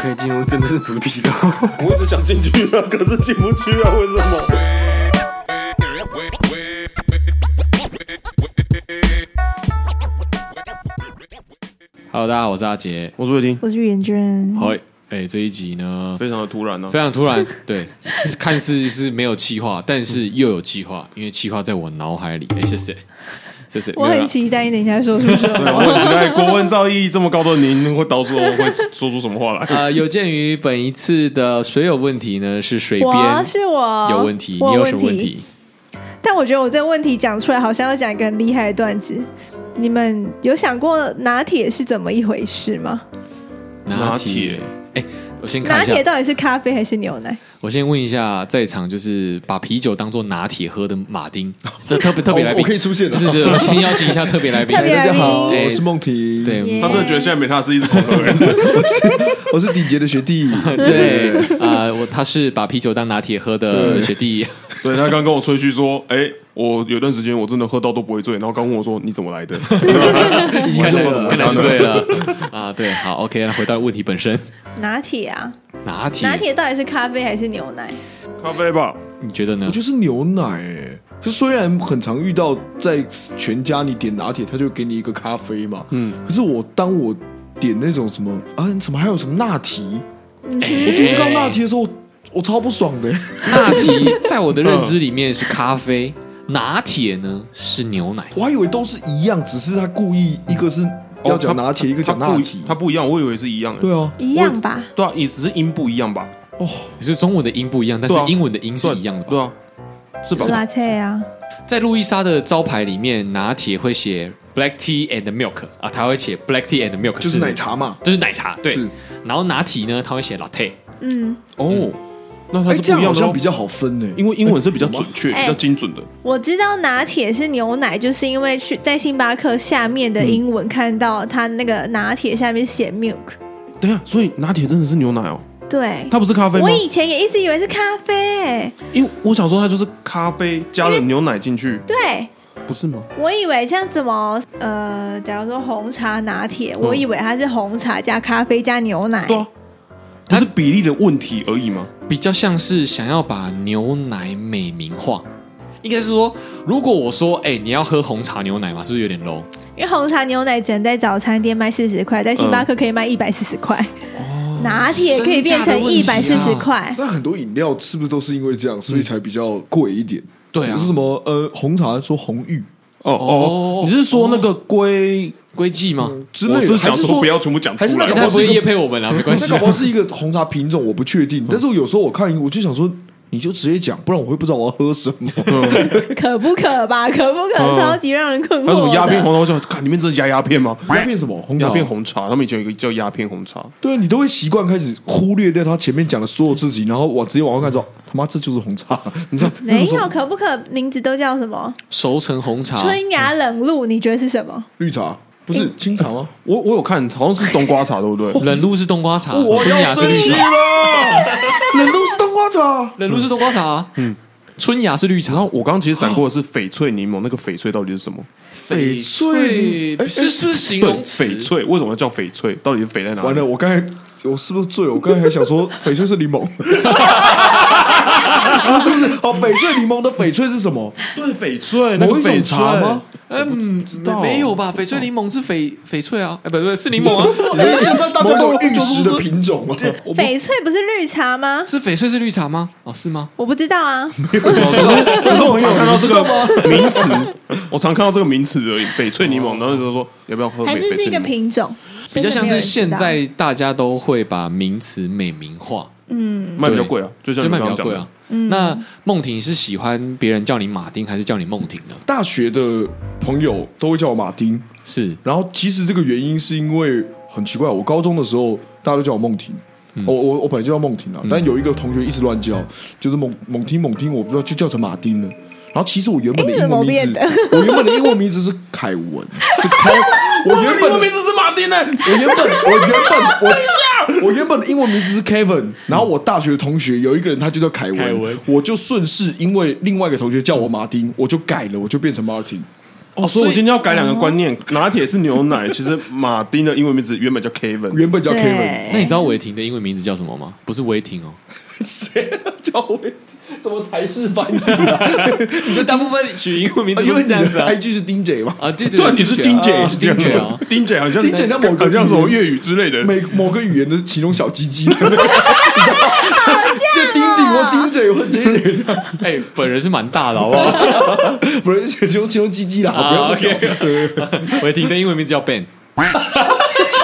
可以进入真正的主题了。我一直想进去啊，可是进不去啊，为什么？ Hello，大家好，我是阿杰。我是魏婷，我是袁娟，好，哎、这一集呢非常的突然啊呢、非常突然，对，看似是没有气话，但是又有气话，因为气话在我脑海里。哎、谢谢，谢谢。我没有很啦期待你等一下说出什对，么。 我很期待国文造诣这么高的您会导致我会说出什么话来。呃，有鉴于本一次的水有问题呢，是水我边是我有问题，我你有什么问题？？但我觉得我这问题讲出来，好像要讲一个很厉害的段子。你们有想过拿铁是怎么一回事吗？拿拿铁铁。哎、我先拿看一铁下，到底是咖啡还是牛奶？我先问一下在场就是把啤酒当做拿铁喝的马 丁，特特别特别来宾，哦以出现对对 对，我们先邀请一下特别来宾特。别来宾哎梦婷对嗯他真的觉得现在没他是一直恐吓人。我是鼎杰的学弟。对，啊，我他是把啤酒当拿铁喝的学弟， 对他刚跟我吹嘘 说，哎、我有段时间我真的喝到都不会醉，然后刚问我说你怎么来的？ 已经醉了原来是对了 啊，对，好，OK，那回到问题本身，拿铁啊，拿铁，拿铁到底是咖啡还是牛奶？咖啡吧，你觉得呢我？就是牛奶、欸，就虽然很常遇到在全家你点拿铁，他就给你一个咖啡嘛，嗯，可是我当我点那种什么啊什么还有什么纳提，我第一次看到纳提的时候，我我超不爽的、欸 拿铁在我的认知里面是咖啡，拿铁呢是牛奶。我还以为都是一样，只是他故意一个是要讲拿铁，一个哦他讲不纳一提，他不一样，我以为是一样的。对啊，一样吧？对啊，也只是音不一样吧？可是中文的音不一样，但是对啊英文的音是一样的吧？对啊，是吧？拉菜啊，在路易莎的招牌里面，拿铁会写 black tea and milk 啊，它会写 black tea and milk，就是奶，茶嘛，就是奶茶，对是。然后拿铁呢，它会写 latte。嗯，哦，那哎、它这是不样一好样的像哦比。较好分呢、欸因为英文是比较 准确、哎比较精准的。我知道拿铁是牛奶，就是因为去在星巴克下面的英文看到它那个拿铁下面写 milk，等一下，所以拿铁真的是牛奶哦，对。它不是咖啡吗我？以前也一直以为是咖啡、因为我想说它就是咖啡加了牛奶进去，对不是哎吗？我以为像怎么呃，假如说红茶拿铁，我嗯以为它是红茶加咖啡加牛奶，对啊，不是比例的问题而已吗？比较像是想要把牛奶美名化。应该是说，如果我说，哎、你要喝红茶牛奶嘛，是不是有点 low？因为红茶牛奶只能在早餐店卖四十块，在星巴克可以卖一百四十块，哦拿铁可以变成身一价百的四十问题啊 块，那很多饮料是不是都是因为这样，所以才比较贵一点？对啊就是什么呃红茶说红玉哦哦哦，你是说那个龟？规矩吗？之类我的，是还想是说说不要全部讲出还是那哎个来。他不是会一个夜配我们啦，没关系嗯那啊搞不。好是一个红茶品种，我不确定。但是我有时候我看我就想说，你就直接讲，不然我会不知道我要喝什么。可不可 吧？可不可嗯超级让人困还惑的。有什么鸦片红茶？我想看里面真的加鸦 片吗？鸦片什么红茶？鸦片？红茶，他们以前有一个叫鸦片红茶。对你都会习惯开始忽略掉他前面讲的所有事情，然后往直接往后看说，他妈这就是红茶。 你看，没有可不可名字都叫什么？熟成红啊茶，春芽冷露，你觉得是什么？绿茶不是清茶吗？我我有看，好像是冬瓜茶，对不 对？冷露是冬瓜茶，我春要芽是生绿气茶，了， 冷冻是冬瓜茶。冷露是冬瓜茶、嗯，春芽是绿茶然，后我刚刚其实闪过的是翡翠柠檬，那个翡翠到底是 什么？翡翠哎哎是是不是形对，容词？翡翠为什么叫翡翠？到底是翡在哪里？完了，我刚才我是不是醉了？我刚才还想 说翡翠是柠檬，啊，是不是？哦，翡翠柠檬的翡翠是什么？对，翡翠那个某一种翡茶翠吗？？嗯，道哦没有吧？翡翠柠檬是翡翡翠啊，哎，不对，是柠檬啊，哎现在大家都有玉石的品种啊吗？翡翠不是绿茶吗？是翡翠是绿茶吗？哦，是吗？我不知 道啊，可是我常看到这你知道个名词，我常看到这个名词而已。翡翠哦柠檬，然后就说要不要喝翡还翡是是翠一个柠檬？品种，比较像真的没有是人知现道在大家都会把名词美名化，嗯卖比较贵啊，就像就你卖刚比刚较讲贵的啊。。那梦婷是喜欢别人叫你马丁还是叫你梦婷呢？大学的朋友都会叫我马丁，是然后其实这个原因是因为很奇怪，我高中的时候大家都叫我梦婷。我我我本来就叫梦婷啊，但有一个同学一直乱叫，就是猛猛听猛听，我不知道就叫成马丁了。然后其实我原本的哎你英怎么文名字，变 我原本的英文名字是凯文，是凯。我原本的字是马丁呢，欸我原本我原本我我原本的英文名字是 Kevin，然后我大学的同学有一个人他就叫凯文，凯文我就顺势因为另外一个同学叫我马丁，我就改了，我就变成 Martin。哦，所以所我以今天要改两个观念，拿铁是牛奶，其实马丁的英文名字原本叫 Kevin，原本叫 Kevin，对那你知道韦婷的英文名字叫什么吗？不是韦婷哦，谁叫我什么台式翻译啊？ 你就大部分取英文名字 因都为是你这样子 的啊 IG 是丁姐嘛，啊，对对对，你是丁姐，哦啊是丁姐啊， 丁姐好像丁姐像某个好像什么粤语之类的，每某个语言的 其中小鸡鸡，好像啊就丁丁或丁姐或丁姐这样，哎，本人是蛮大的，好不好？ 不是其中其中鸡鸡啦，啊不要说小 OK 对韦婷的英文名字叫 Ben，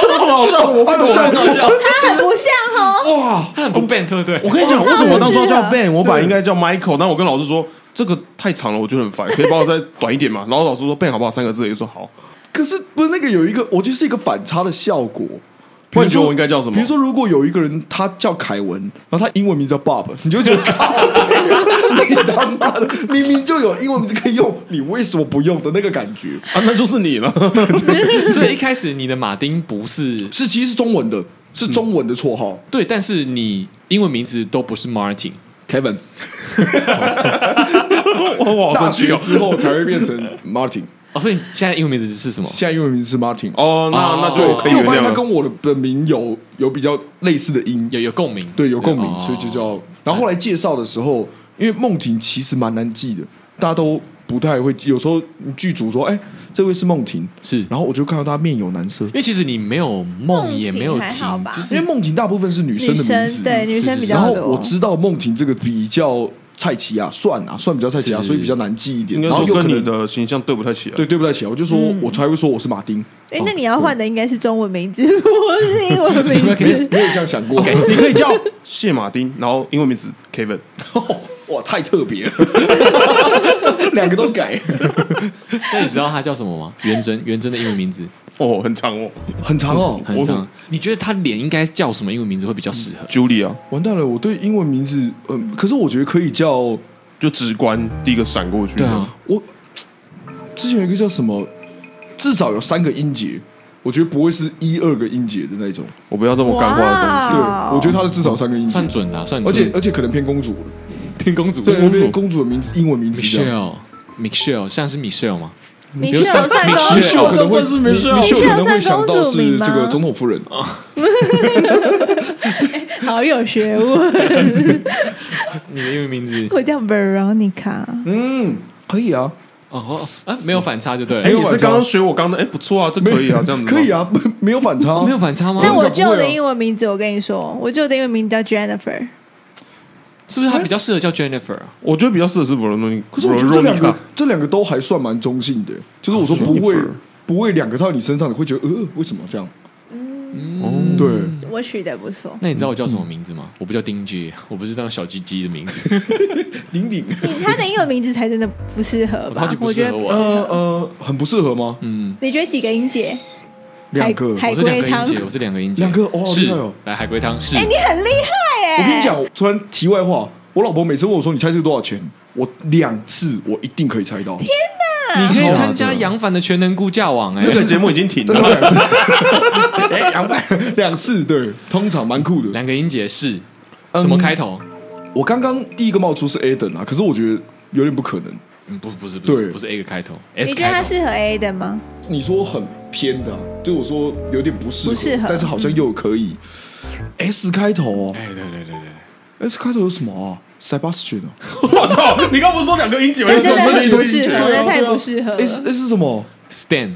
这有什么好笑？我不好笑懂。他很不像哦，哇！他很不 Ben，对不对我？跟你讲，为什么我当初我叫知道 Ben，我本来应该叫 Michael，但我跟老师说这个太长了，我觉得很烦，可以帮我再短一点嘛？然后老师说 Ben 好不好？三个字，我就说好。可是不是那个有一个，我觉得是一个反差的效果。不然你觉得我应该叫什么比如说，如果有一个人他叫凯文，然后他英文名叫 Bob，你就觉得 靠北啊你他妈的明明就有英文名字可以用，你为什么不用的那个感觉？啊，那就是你 了。所以一开始你的马丁不是是其实是中文的，是中文的绰号、对，但是你英文名字都不是 Martin， Kevin，我我好大生气学哦！之后才会变成 Martin，哦，所以你现在英文名字是什么？ 现在英文名字是 Martin。哦哦，那那就可以因原为我发现他谅了。跟我的本名有有比较类似的音，有有共鸣，对，有共鸣，哦所以就叫。然后后来介绍的时候，因为梦婷其实蛮难记的，大家都不太会记。有时候剧组说：“哎，这位是梦哎婷。”是，因然后我就看到她面有难色，为其实你没有梦，梦也没有婷还 好听，吧就是因为梦婷大部分是女生的名女字，生对女生比较然后多我知道梦婷这个比较菜奇啊，算啊，算比较菜奇啊，是所以比较难记一应点。该然后说又可跟你能的形象对不太起来。对对不太啊起来，我就说我才会说我是马丁，哦哎，嗯那你要换的应该是中文名字， 不是英文名没字。没有这样想过。你可以叫谢马丁，然后英文名字 Kevin。 哇，太特别了， 两个都改，那你知道他叫什么 吗？元真，元真的英文名字哦，很长哦很长哦。很我长。你觉得他脸应该叫什么英文名字会比较适合？ ，Julia 完蛋了，我对英文名字，嗯，可是我觉得可以叫就直观第一个闪过去。对啊，我之前有一个叫什么，至少有三个音节，我觉得不会是一二个音节的那种。我不要这么干话的对，东西。哦我觉得它的至少三个音节算，准的啊，算嗯而准。且而且可能偏公主了，偏公主对，那边公主的名字，英文名字这样。 Michelle，Michelle 像是 Michelle 吗？米比如秀像算米公主，米哦秀可能会，算是米米秀米秀可能会想到米秀算公主是名吗这个总统夫人，好有学问。 你的英文名字我叫 Veronica，嗯，可以啊，哦哦啊，没有反差就对哎，没了有，你是刚刚学我刚的，哎，不错啊，这可以啊，这样子吗 可以。啊，不没有反差， 没有反差吗？但我 Veronica 不会啊旧的英文名字，我跟你说，我旧的英文名字叫 Jennifer。是不是他比较适合叫 Jennifer？啊嗯我觉得比较适合是 Veronica，可是我觉得这两 Veronica 个这两个都还算蛮中性的，就是我说不会啊是 Jennifer 不会两个套在你身上，你会觉得呃为什么这样？嗯，对，我取的不错。那你知道我叫什么名字吗？我不叫丁姐，我不是当小鸡鸡的名字。顶顶，你他的英文名字才真的不适合我超吧级？不 我适觉合得我不适呃合。呃，很不适合吗？嗯，你觉得几个音节？两个，还我海是两个龟音汤节，我是两个音节，两个哦是厉害哦来海龟汤是哎，你很厉害耶！我跟你讲，突然题外话，我老婆每次问我说你猜这个多少钱，我两次我一定可以猜到，你可以参加杨凡的全能估价网哎、这个节目已经停真的了。两次， 哎，两百两次，对，通常蛮酷的。两个音节是嗯什么开头？我刚刚第一个冒出是 Aden 啊，可是我觉得有点不可能。嗯，不，不是，不对是，不是 A 个开头你，S 觉得开他头。适合 A 的吗？你说很偏的啊、就我说有点不适合，不适合但是好像又可以。S 开头哦哎，对对对对， ，S 开头有什么啊？Sebastian 啊 我操！你刚不是说两个音节吗？对真的很不适对合，啊对啊那太不适合了， ，S S 是什么？ ，Stan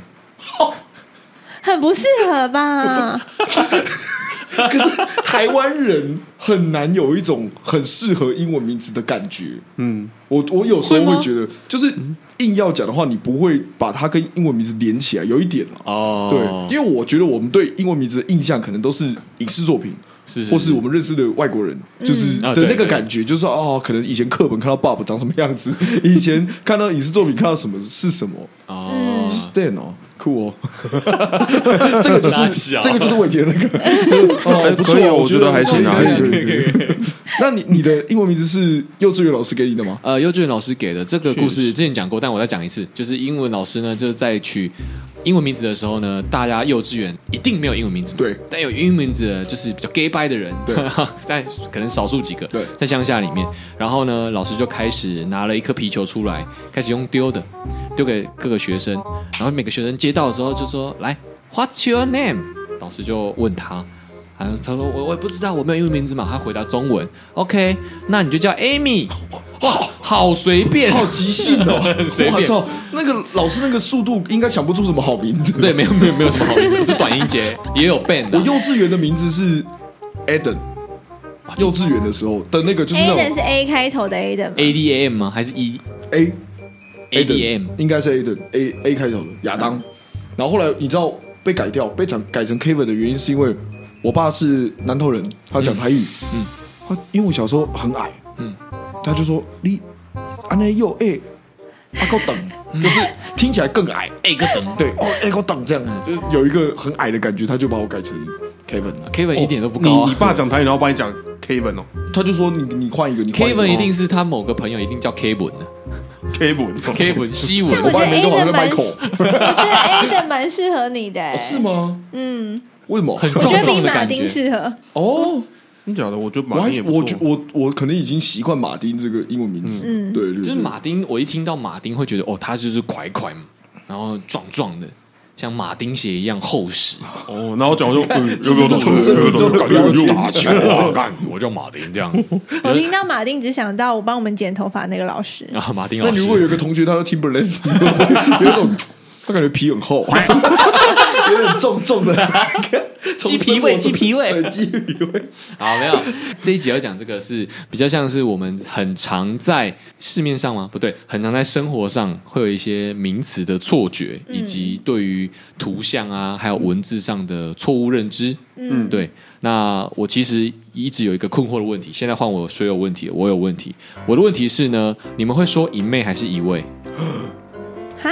很不适合吧？可是台湾人很难有一种很适合英文名字的感觉。嗯，我我有时会候吗会觉得，就是硬要讲的话，你不会把它跟英文名字连起来，有一点啊。哦，对，因为我觉得我们对英文名字的印象可能都是影视作品，是是或是我们认识的外国人，就是啊的那对个对感觉，就是说哦，可能以前课本看到 Bob 长什么样子， 以前看到影视作品看到什么是什么哦， ，Stan 哦，酷哦，这个就傻是小这个就是伟杰那 个，就是哦，不错可以啊，哦我觉得还行啊可以还行可以可以可以。那你你的英文名字是幼稚园老师给你 的吗？呃，幼稚园老师给的这个故确事之前讲过，但我再讲一次，就是英文老师呢，就是在取英文名字的时候呢，大家幼稚园一定没有英文名字嘛，对但有英文名字的就是比较 gay 掰的人，对， 但可能少数几个，对在乡下里面，然后呢，老师就开始拿了一颗皮球出来，开始用丢的，丢给各个学生，然后每个学生接到的时候就说：“来，What's your name？” 老师就问他。啊，他说我我也不知道，我没有英文名字嘛。他回答中文，OK，那你就叫 Amy。哇，好随便，好即兴哦！随我便。操，那个老师那个速度应该想不出什么好名字。对，没有没有没有什么好音，不是短音节，也有 band 啊我的、幼稚园的名字是 Eden，幼稚园的时候的那个就是那 Aden 种是 A 开头的 Aden，吗 ADM 吗？还是 E A 嗯 ADM？应该是 Aden A A 开头的亚当。然后后来你知道被改掉，被讲改成 Kevin 的原因是因为我爸是南投人，他讲台语，嗯嗯，他因为我小时候很矮，嗯嗯，他就说你安内又哎，阿够等，就是听起来更矮， A 个等对哦，哎够等这样，就是有一个很矮的感觉，他就把我改成 Kevin 了。 Kevin 一点都不你高、你啊。爸讲台语，然后帮你讲 Kevin 哦他就说你你换一个，你换一个哦 Kevin 一定是他某个朋友，一定叫 Kevin 的，Kevin Kevin 西文但我。觉得我爸也没跟我 Aden 在蛮， Michael 我觉得 Aden 蛮适合你的、欸哦是？吗？嗯，为什么？很我觉壮得比壮的马感丁觉，适合。哦，真假的？我觉得我马还丁也不我觉错。我我可能已经习惯马丁这个英文名字，嗯对对就对是马丁，我一听到马丁会觉得哦，他就是快快嘛，然后壮壮的，像马丁鞋一样厚 实。哦，然后讲我就嗯这有是没有从生命中的标签打起来我干，我叫马丁这 样我听到马丁只想到我帮我们剪头发那个老师，啊，马丁那老如果师。有个同学他叫 Timberland，你 会不会有一种他感觉皮很厚， 有点重重的，从鸡皮味鸡皮味对鸡皮味。好，没有 这一集要讲这个是比较像是我们很常在市面上吗？不对，很常在生活上会有一些名词的错觉，以及对于图像啊，还有文字上的错误认知。嗯，对，那我其实一直有一个困惑的问题，现在换我谁有问题了？我有问题。我的问题是呢，你们会说一妹还是一位？哈，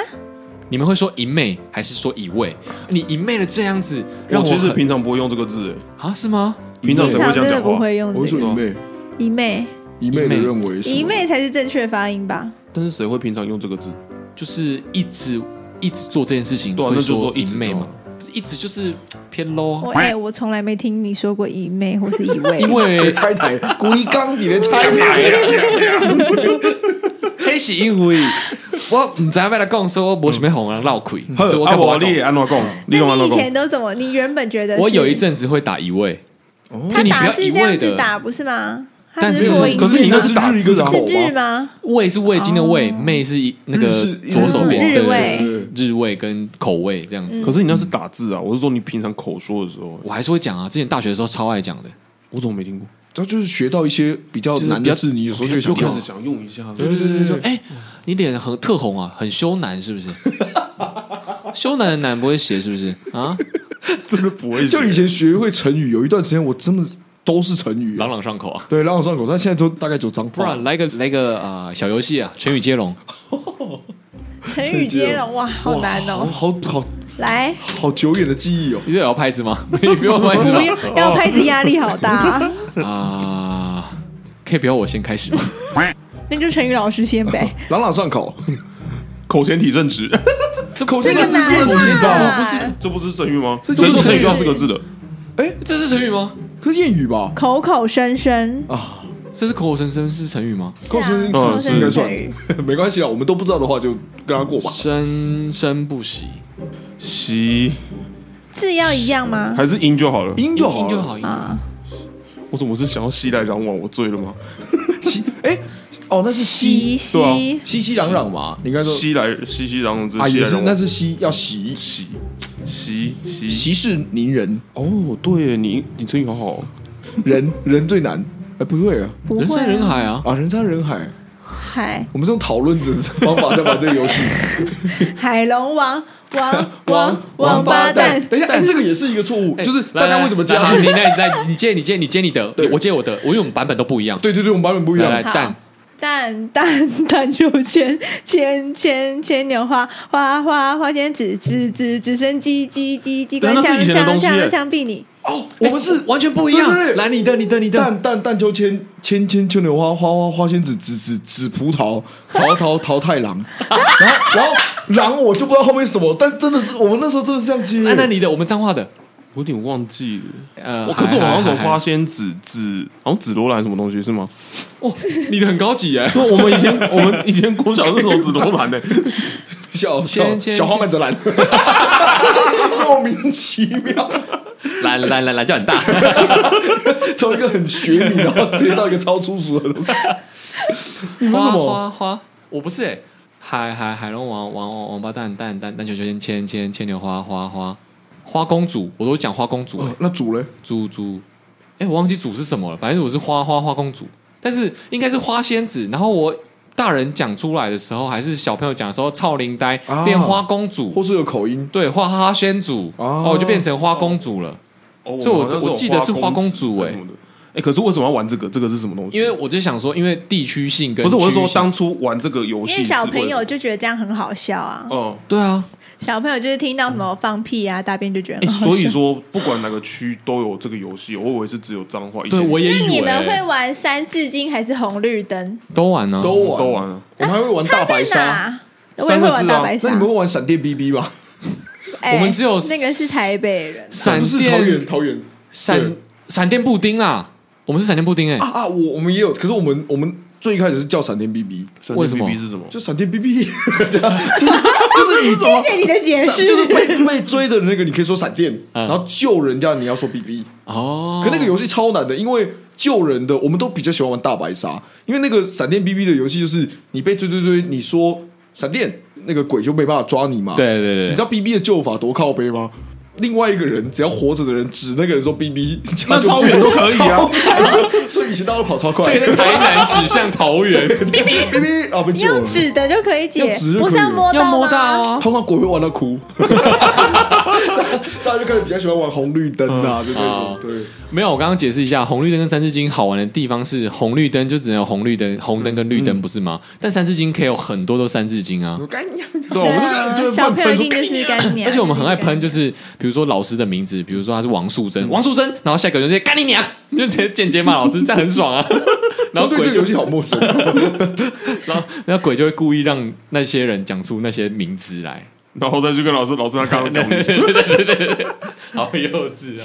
你们会说一妹还是说一位？你一妹的这样子，让我我其实很平常不会用这个字，啊是吗？平常谁平会常这样真的讲不话？会用我会这说个一妹，一妹，一妹的认为是一妹才是正确发音吧？但是谁会平常用这个字？就是一直一直做这件事情，对啊会那就说一一直妹就好嘛，一直就是偏 low 我啊。哎、我从来没听你说过一妹或是一 位，因为拆台，龟缸你的 拆台，哎 黑是因 为我唔知道要来讲，说我没什么红人绕亏，所以我阿跟伯我你安怎讲？你那干嘛你以讲？前都怎么？你原本觉得是我有一，阵子会打一位，就他你不打要是一这样味子的打不是吗？他但只是多音字可吗是你那是打日字啊，口是日吗？味是味精的味，妹是一那个日式左手边哦日嗯对味对对日味跟口味这样子。可是你那是打字啊，我是说你平常口说的时候，我还是会讲啊，之前大学的时候超爱讲的，我怎么没听过？他就是学到一些比较就是难比较的字，你有时候就就想开跳始想用一下，对对对，说哎，你脸很特红啊，很羞男是不是？羞男的男不会写是不是啊？真的不会就以前学会成语，有一段时间我真的都是成语，朗朗上口啊，对朗朗上口，但现在都大概九张。不然来个来个啊小游戏啊，成语接龙， 成语接龙哇，好难哇哦！好好好来，好久远的记忆哦。你这有要拍子吗？你不用拍不子要吗？要拍子压力好大啊，啊，可以不要我先开始吗？那就成语老师先呗。朗朗上口，口前体正直， 这口这个难这个是谚语吧啊，不这不是成语吗？这这就是成成语语就要四个字的，这是成语吗？可是谚语吧？口口声声，啊，这是口口声声是成语吗？口声口声口声是啊声应该算成语，没关系啊。我们都不知道的话就跟他过吧。生生不息，习字要一样吗？还是音就好了。音就好音了，就好音就好。啊，我怎么是想要熙来攘往？我醉了吗？西哎，哦，那是西西西，熙熙攘攘嘛？你应该说熙来熙熙攘攘之啊，熙也来攘是往，那是西，要习习习习息事宁人，哦，对耶你你成语好好哦，人人最难。哎，不对啊，不人会山啊人海啊，啊，人山人海。海我们是用讨论者的方法在玩这个游戏。海龙王王王王八蛋，等一下，哎这个也是一个错误，哎就是来大家来为什么来加好你来来，你接你接你接你的，对我接我的，我因为我们版本都不一样。对对对，我们版本不一样。来来好蛋蛋蛋 蛋秋千，牵牵牵牛花花花花仙子，直直直升机机机机关对那是枪以前的东枪西耶枪枪毙你！哦，我们是哎完全不一样。对对对来，你的，你的，你的，淡淡淡秋千，千千牵牛花，花花花仙子，紫紫紫葡萄，桃桃桃太郎。然后然后狼我就不知道后面是什么，但是真的是我们那时候真的是这样接。哎那那你的，我们脏话的，我有点忘记了。呃，我可是我好像还什么还花仙子、紫，好像紫罗兰什么东西是吗？还哇，你的很高级耶。对，我们以前我们以前国小是走紫罗兰的，小小千千小花曼泽兰，莫名其妙 来来来来，叫很大。从一个很学名，然后直接到一个超粗俗的东西。你们花什花么？花，我不是哎、海海海龙王王王王八蛋蛋蛋蛋球球千千千牵牛花花花花公主，我都讲花公主、欸哦，那主嘞？猪猪，哎、我忘记主是什么了，反正我是花花花公主，但是应该是花仙子。然后我大人讲出来的时候，还是小朋友讲的时候，超灵呆啊变花公主，或是有口音？对，花花仙主，哦哦，我就变成花公主了。哦所以我们好像我记得是花公主哎、欸哎、可是为什么要玩这个？这个是什么东西？因为我就想说，因为地区性跟不是，我是说区域性当初玩这个游戏，因为小朋友，就觉得这样很好笑啊，嗯，对啊，小朋友就是听到什么放屁啊、大便就觉得哎、很好笑。所以说不管哪个区都有这个游戏，我以为是只有脏话，以对前我也那以你们会为玩三字经还是红绿灯？都玩呢、都玩都玩了。我们还会玩大白鲨。哪？我也会玩大白鲨那你。们会玩闪电 BB 吧？哎我们只有那个是台北人，闪不是桃电园，桃园闪对闪电布丁啦，我们是闪电布丁哎、啊啊！我我们也有，可是我们我们最一开始是叫闪电 BB，闪为什电么 BB 是什么？就闪电 BB，这 样就是就是你怎么谢谢你的解释。就是被被追的那个，你可以说闪电，嗯然后救人家你要说 BB，哦，可那个游戏超难的，因为救人的我们都比较喜欢玩大白鲨，因为那个闪电 BB 的游戏就是你被追追追，你说闪电，那个鬼就没办法抓你嘛。对对对，你知道 BB 的救法多靠背吗？另外一个人只要活着的人指那个人说 BB，那超远都可以啊超远。 所以以前大家都跑超快 对，台南指向桃园， ，BB 啊被你救了用。指的就可以用解指，就可不以是要摸要到摸吗到？哦。通常鬼会玩到哭， 大家就开始比较喜欢玩红绿灯啊，就那种哦对。没有，我刚刚解释一下，红绿灯跟三字经好玩的地方是，红绿灯就只能有红绿灯，红灯跟绿嗯灯不是吗？但三字经可以有很多都三字经啊，对，我们就啊就小朋友一定就就是干你娘， 而且我们很爱喷，就是比如说老师的名字，比如说他是王素嗯贞，王素贞，然后下一个就直接干你娘， 你就直接间接骂老师，这样很爽 啊。然后对鬼这个就游戏好陌生，然后然后鬼就会故意让那些人讲出那些名字来，然后再去跟老师，老师他刚刚讲你，好幼稚啊！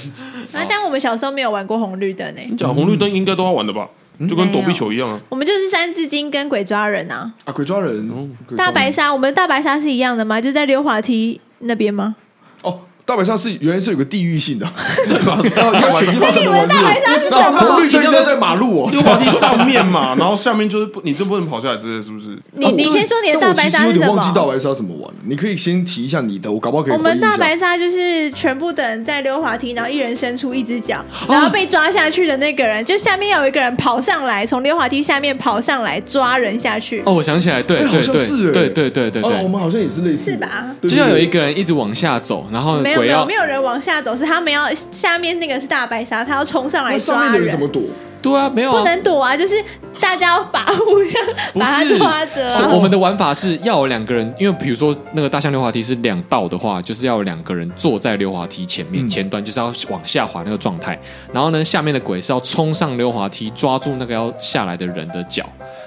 啊，但我们小时候没有玩过红绿灯诶、你讲红绿灯应该都要玩的吧？就跟躲避球一样啊。我们就是三字经跟鬼抓人啊，啊，鬼抓人，鬼抓人大白鲨，我们大白鲨是一样的吗？就在溜滑梯那边吗？哦，大白鲨是原来是有个地域性的，对吧？ 要选地方才你们能玩这大个白鲨是什然后么？红绿灯要在马路哦溜。滑梯上面嘛， 然后下面就是不，你这不能跑下来之类的，是不是？你你先说你的大白鲨啊哦但是我其实有什点忘记大么？白鲨怎么玩，你可以先提一下你的，我搞不好可以我回忆们一大下。白鲨就是全部的人在溜滑梯，然后一人伸出一只脚，然后被抓下去的那个人，就下面有一个人跑上来，从溜滑梯下面跑上来抓人下去，哦，我想起来，对哎好对像是对哎对对对对哦，我对，们好像也是类似的是？吧？对就要有一。对对个人一直往下走，然后没有鬼啊没有要没有人往下走，是他们要下面那个是大白鲨，他要冲上来那上抓面的人怎么躲？对啊，没有不啊，能躲啊，就是大家要把互相不把他是抓着是啊、我们的玩法是要有两个人，因为比如说那个大象溜滑梯是两道的话，就是要有两个人坐在溜滑梯前面、嗯前端，就是要往下滑那个状态。然后呢，下面的鬼是要冲上溜滑梯，抓住那个要下来的人的脚，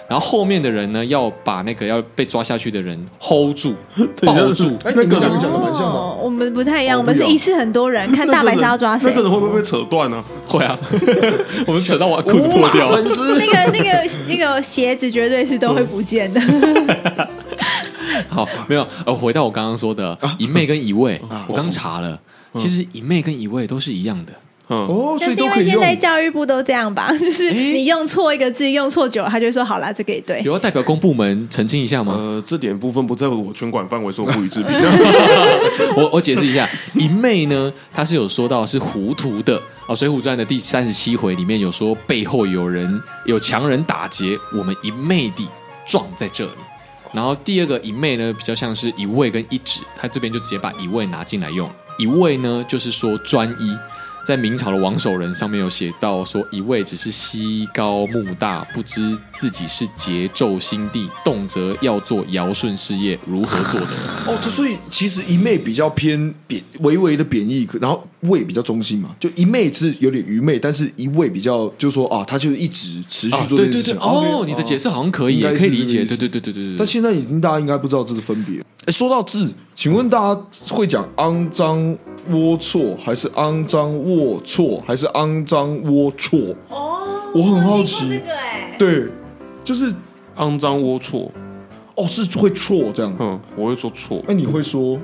然后后面的人呢要把那个要被抓下去的人 hold 住、抱住。哎，那个两个讲的蛮像的。哦，我们不太一样，哦我们是不一样一次很多人，看 大白鲨要抓谁那。个人会不会被扯断呢？会啊， 我们扯到我裤子 破掉。 粉丝那个、那个、那个鞋子绝对是都会不见的。 好，没有呃，回到我刚刚说的一妹跟一位，我刚查了，其实一妹跟一位都是一样的。嗯， 哦，所就是以都因可为以现用。在教育部都这样吧， 就是你用错一个字，用错久了，他就会说好啦，这个也对。有要代表公部门澄清一下吗？呃，这点部分不在我拳管范围，所以我不予置评。我我解释一下，银妹呢，她是有说到是糊涂的哦，《水浒传》的第三十七回里面有说背后有人有强人打劫，我们银妹的撞在这里。然后第二个银妹呢，比较像是一位跟一指，她这边就直接把一位拿进来用。一位呢，就是说专一。在明朝的王守仁上面有写到说，一味只是西高木大，不知自己是桀纣心地，动辄要做尧舜事业，如何做得？哦，他所以其实一妹比较偏贬，微微的贬义，可然后味比较中性嘛，就一妹是有点愚昧，但是一味比较就是说啊，他就是一直持续啊，做对这对对，件事情。哦， OK，你的解释好像可以应耶，该是可以理解，这对个意对对思对对但对。现在已经大家应该不知道这是分别。哎，说到字，请问大家会讲肮脏龌龊，还是肮脏龌龊，还是肮脏龌龊？哦，我很好听过奇这个哎，对，就是 肮脏龌龊，哦，是会错这样。嗯，我会说错，那你会说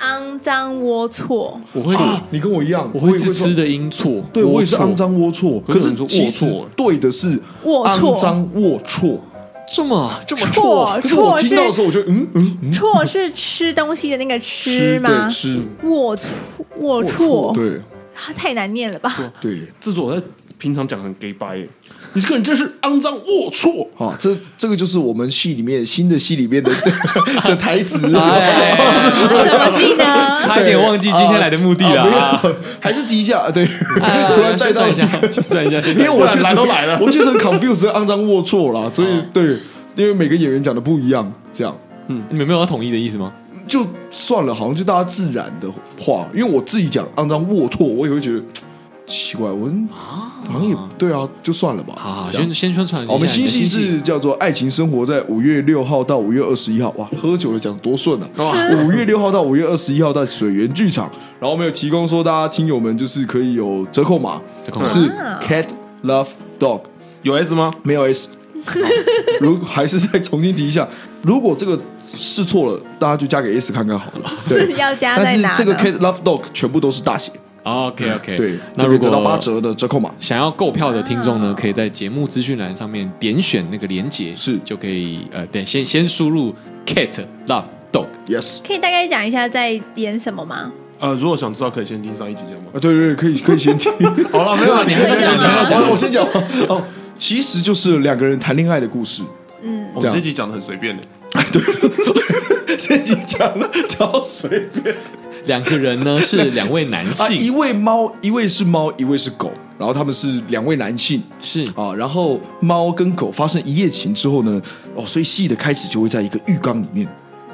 肮脏龌龊，我会啊？你跟我一样，我会也自说私的音错，对我也是龌龊肮脏龌龊，可是有可是人说其龌实龊对的是龌龊肮脏龌龊。这么这么错可是我龊听是到的时候，我就嗯嗯嗯，龊是吃东西的那个吃吗对？吃，龌龊龌龊，对它太难念了吧？对。这是我在平常讲很 gay 白耶，你这个人真是肮脏龌龊。好，哦这这个就是我们戏里面新的戏里面的 的台 词，哎，啊 什么戏呢？差一点忘记今天来的目的了啊啊！没有还是提一下，对，哎 突然带宣到传一，下，宣传一下，啊宣因为传一我下。确 不然实来都来了 我确实很 confused 肮脏龌龊啦，所以哦对，因为每个演员讲的不一样，这样。你们没有要统一的意思吗？就算了，好像就大家自然的话，因为我自己讲肮脏龌龊，我也会觉得奇怪，我好像也对啊，就算了吧。好好，这样先先宣传一下。哦好我们新你的戏新是叫做《爱情生活》，在五月六号到五月二十一号，哇，喝酒了讲多顺啊！哇，五月六号到五月二十一号在水源剧场，然后我们有提供说大家听友们就是可以有折扣码，折扣码是啊 Cat Love Dog。有 S 吗？没有 S。如 还是再重新提一下，如果这个试错了，大家就加给 S 看看好了。对，要加但在是哪呢？这个 Cat Love Dog 全部都是大写， OK OK，对，哦那就可如以果得到八折的折扣码。想要购票的听众呢，可以在节目资讯栏上面点选那个连接，是就可以呃，对，先先输入 cat love dog。 Yes，可以大概讲一下在演什么吗？呃，如果想知道，可以先听上一集节目。啊，对对对，可以可以先 听。好了，没有啊，你还在 讲，你还在好讲了，我先讲哦。其实就是两个人谈恋爱的故事，嗯，我这们样哦这集讲的很随便 的， 先集讲了，超随便两个人呢是两位男啊。一性，位猫，一位是猫，一位是狗，然后他们是两位男性，是啊，然后猫跟狗发生一夜情之后呢，哦，所以戏的开始就会在一个浴缸里面。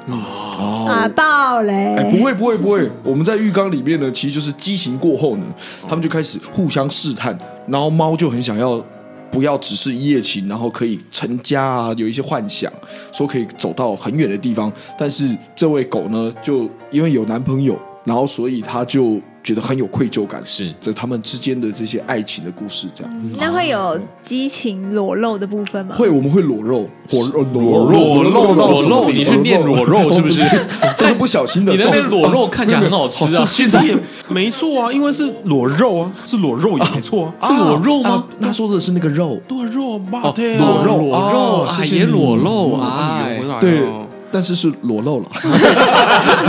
啊，爆哎，不雷！会不会不会，我们在浴缸里面呢，其实就是激情过后呢，他们就开始互相试探，然后猫就很想要。不要只是一夜情，然后可以成家啊，有一些幻想，说可以走到很远的地方。但是这位狗呢，就因为有男朋友，然后所以他就觉得很有愧疚感，是这他们之间的这些爱情的故事，这样。那会有激情裸露的部分吗？会，我们会裸肉，裸肉裸裸露到裸什么露，地你是念裸肉是不是？ 这是不小心的。 你那边这种裸肉看起来很好 吃啊这其实也没错啊，因为是裸肉啊，是裸肉也没错啊，是裸肉吗啊？他说的是那个肉，裸肉吧，哦对啊裸肉裸肉哦啊，谢谢也你裸露啊，啊你，圆回来啊对，但是是裸露了。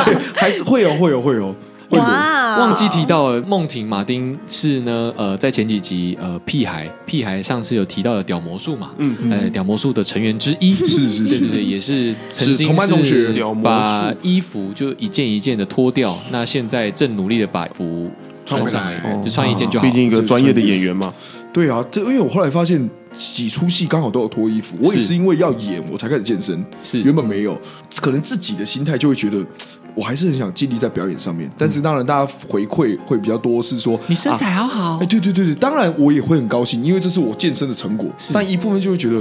对，还是会有会有会有会有。哇，哦忘记提到了梦婷马丁是呢，呃，在前几集呃，屁孩屁孩上次有提到的屌魔术嘛，嗯呃，屌魔术的成员之一，是是对是对对，也是曾经同班同学是屌魔术把衣服就一件一件的脱掉，那现在正努力的把服穿上来穿回来，就穿一件就好哦毕。竟一个专业的演员嘛，对啊，这因为我后来发现几出戏刚好都有脱衣服，我也是是因为要演我才开始健身，是原本没有，可能自己的心态就会觉得。我还是很想尽力在表演上面，但是当然大家回馈会比较多，是说嗯你身啊材好好哎，，对对对对，当然我也会很高兴，因为这是我健身的成果。但一部分就会觉得，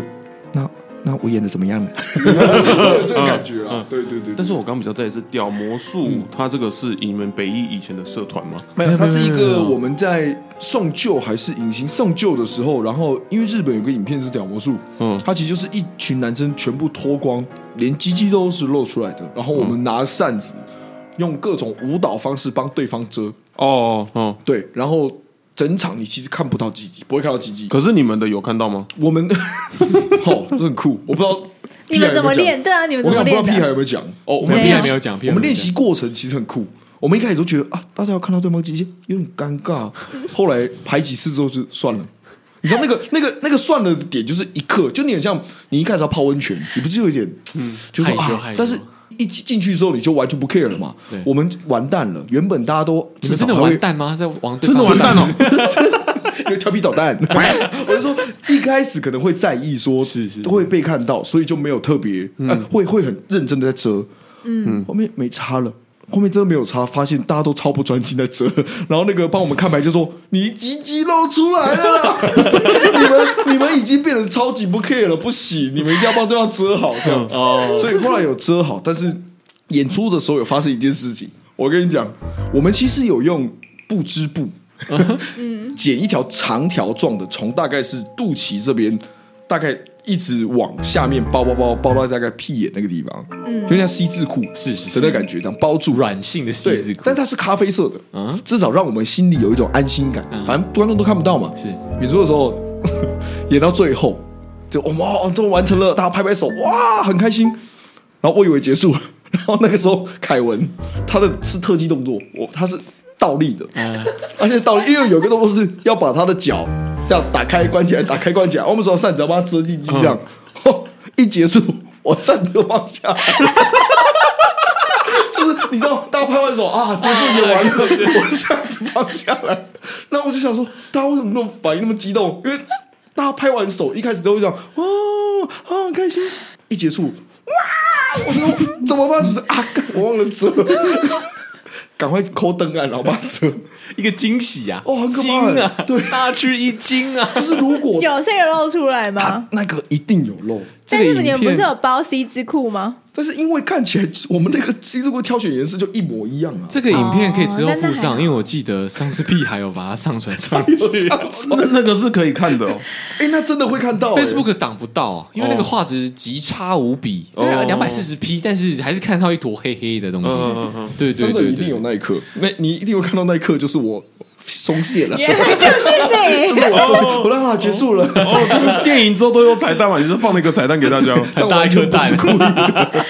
那那我演的怎 么样呢？啊 这个感觉嗯啊，对对对。但是我刚比较在意是屌魔术，它这个是你们北艺以前的社团吗？没有，它是一没有没有个没有我们在送旧还是隐形送旧的时候，然后因为日本有个影片是屌魔术，嗯它其实就是一群男生全部脱光，连鸡鸡都是露出来的，然后我们拿扇子，用各种舞蹈方式帮对方遮，哦哦，对，然后整场你其实看不到鸡鸡，不会看到鸡鸡。可是你们的有看到吗？我们， 哦，这很酷，我不知道你们怎么屁孩有没有讲练？对啊，你们我怎么跟你练讲，不知道屁孩的？有没有讲哦，我们们没屁有孩没有讲，屁我孩们没有练讲习过程其实很酷。我们一开始都觉得啊，大家要看到对方极限有点尴尬，后来排几次之后就算了。你知道 那个那个那个算了的点就是一刻，就你很像你一开始要泡温泉，你不是有一点嗯，就是说害羞啊害羞但是一进去之后你就完全不 care 了嘛对，我们完蛋了。原本大家都你们真的完，蛋吗？在往对真的方完蛋哦！ 因为调皮捣蛋。我就说一开始可能会在意说是是会被看到，所以就没有特别，呃会会很认真的在遮。嗯，后面没差了。后面真的没有差，发现大家都超不专心在遮，然后那个帮我们看牌就说：“你鸡鸡露出来了啦，你们你们已经变得超级不 care 了，不行，你们一定要帮对方遮好这样。”哦，所以后来有遮好，但是演出的时候有发生一件事情，我跟你讲，我们其实有用布织布，剪一条长条状的，从大概是肚脐这边，大概一直往下面包包包包到大概屁眼那个地方，嗯，就像 C 字裤是是的那感觉，这样包住软性的十字对裤，，但它是咖啡色的，嗯至少让我们心里有一种安心感。反正观众都看不到嘛。是演出的时候， 演到最后，就我们哦，终于完成了，大家拍拍手，哇，很开心。然后我以为结束了，然后那个时候凯文他的是特技动作，我他是倒立的，呃 而且倒立，因为有一个动作是要把他的脚这样打开关起来，打开关起来，我们手上扇子要帮他遮进去这样。哦一结束，我扇子就放下 来了。就是你知道，大家拍完手啊，结束演完了，我这样子放下来。那我就想说，大家为什么那么反应那么激动？因为大家拍完手一开始都会讲哦，啊很开心，一结束哇，我说怎么办？是不是啊？干我忘了遮， 赶快抠灯啊，然后把它遮。一个惊喜啊！哦很可怕惊啊！对大吃一惊啊！就是如果有这个露出来吗？那个一定有漏。但是这个影你片们不是有包 C 字裤 吗？ 但是因为看起来我们那个 C 字裤挑选颜色就一模一样啊，这个影片可以之后哦那附那还上，好因为我记得上次屁还有把它上传 上去 那那个是可以看的哦，哎、那真的会看到、欸、 ，Facebook 挡不到啊，因为那个画质极差无比，对啊，哦两百四十 P，但是还是看到一坨黑黑的东 嗯嗯西。嗯嗯，对对真的对一定有对，那一刻，那你一定有看到那一刻，就是我松懈 了，原来就是就你，是我松，我让它结束了，哦，就是电影之后都有彩蛋嘛，你是放了一个彩蛋给大 家哦， 但很大我一颗完全蛋不是故意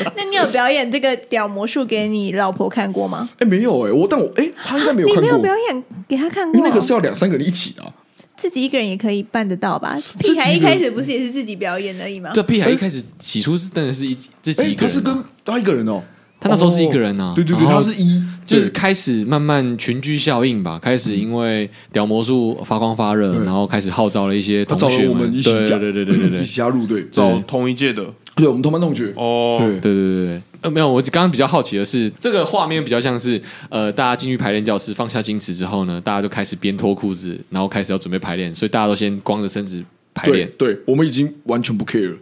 的。那你有表演这个屌魔术给你老婆看过吗？哎，没有哎，我但我哎，他应该没有你看没有过表，演给她看因过为那个是要两三个人一起的啊。自己一个人也可以办得到吧？自己一屁个人孩一开始不是也是自己表演而已吗？对，屁还一开始起初是真的是一自己哎一，个他是人啊，跟他一个人哦，他那时候是一个人啊哦对对对，然他后是一，就是对嗯开始慢慢群居效应吧，开始因为屌魔术发光发热，对然后开始号召了一些嗯他同找学了我们一起对加，对对对对对一对起加入队，找同一届的对我们同班同学，哦，对对对对对，呃，没有，我刚刚比较好奇的是，这个画面比较像是，呃，大家进去排练教室，放下矜持之后呢，大家就开始边脱裤子，然后开始要准备排练，所以大家都先光着身子排哦对练。对，我们已经完全不 care 了。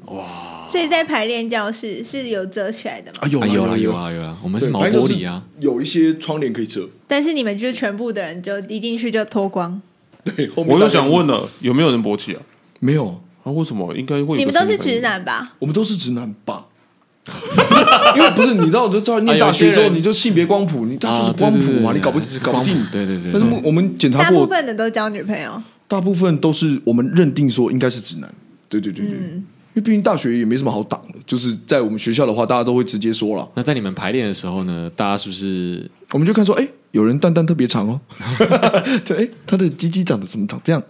所以在排练教室是有遮起来的嘛？啊，有啊，啦有有啦啦有啦，啦有啦，我们对是毛反正玻就是璃啊，有一些窗帘可以遮。但是你们就全部的人就一进去就脱光，对，后面我又大概想是问，了，有没有人勃起啊？没有，啊，为什么？应该会有嗯个你们都声是音直男吧？我们都是直男吧？ 因为不是，你知道，我就知道念大学之啊有些后，人你就性别光谱，你他就是啊对光对谱对嘛，对你搞不还是搞不光谱定。对对对但是我我们检查大部过，分的都交女朋友，大部分都是我们认定说应该是直男。对对对对，嗯因为毕竟大学也没什么好挡的，就是在我们学校的话，大家都会直接说了，那在你们排练的时候呢，大家是不是我们就看说，哎，有人蛋蛋特别长哦， 对，哎，他的鸡鸡长得怎么长这样？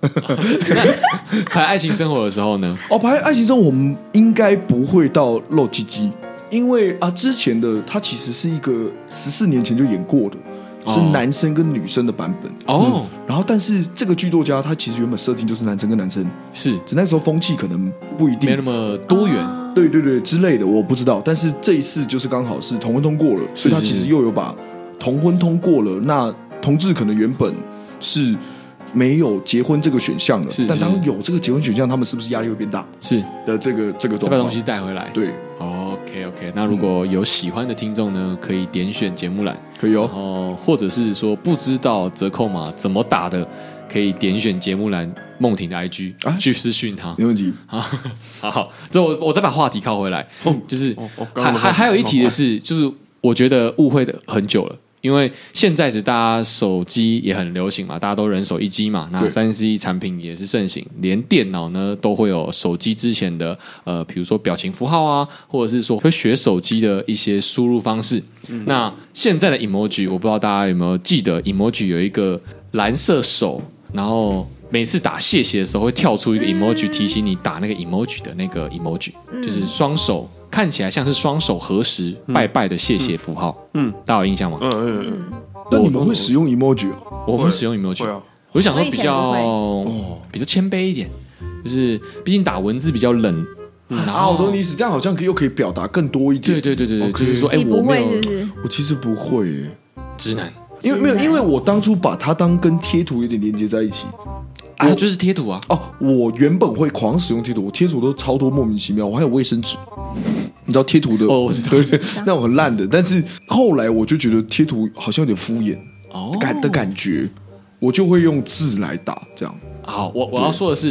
排爱情生活的时候呢？哦，排爱情中我们应该不会到露鸡鸡，因为啊，之前的他其实是一个十四年前就演过的，是哦男生跟女生的版本。嗯哦，然后，但是这个剧作家他其实原本设定就是男生跟男生，是只那时候风气可能不一没那定，么多元，对对对之类的，我不知道。但是这一次就是刚好是同婚通过了，所以他是其是实又有把同婚通过了。那同志可能原本是没有结婚这个选项的是，但是当有这个结婚选项，他们是不是压力会变大是的这个这个这把状况东？西带回来。对， ，OK OK，那如果有喜欢的听众呢，可以点选节目栏。可以哦然。后或者是说不知道折扣码怎么打的，可以点选节目栏梦婷的 IG、啊去私讯他。没问题。好好，这我我再把话题靠回来，就是哦哦刚还刚的话还题还有一题的是，就是我觉得误会的很久了。因为现在是大家手机也很流行嘛，大家都人手一机嘛，那对三 C 产品也是盛行，连电脑呢都会有手机之前的呃，比如说表情符号啊，或者是说会学手机的一些输入方式。那现在的 emoji，我不知道大家有没有记得，emoji 有一个蓝色手，然后每次打谢谢的时候会跳出一个 emoji 提醒你打那个 emoji 的那个 emoji，就是双手看起来像是双手合十嗯拜拜的谢谢符号，嗯，大家有印象哦吗？嗯嗯那你们会使用 emoji 啊？我们会使用有没有嗯，去会？啊，我想说我以比前较不会哦比较谦卑一点，就是毕竟打文字比较冷，然啊，后我懂你意思，这样好像可以又可以表达更多一点。对对对对对， OK 就是说，哎，你我不没会是有不是？我其实不会耶，直男因为没有，因为我当初把它当跟贴图有点连接在一起。啊，就是贴图啊，哦，我原本会狂使用贴图，我贴图都超多莫名其妙，我还有卫生纸。你知道贴图的哦我知道对对， 那种很烂的。但是后来我就觉得贴图好像有点敷衍哦，感的感觉，我就会用字来打这样。好，我我要说的 是，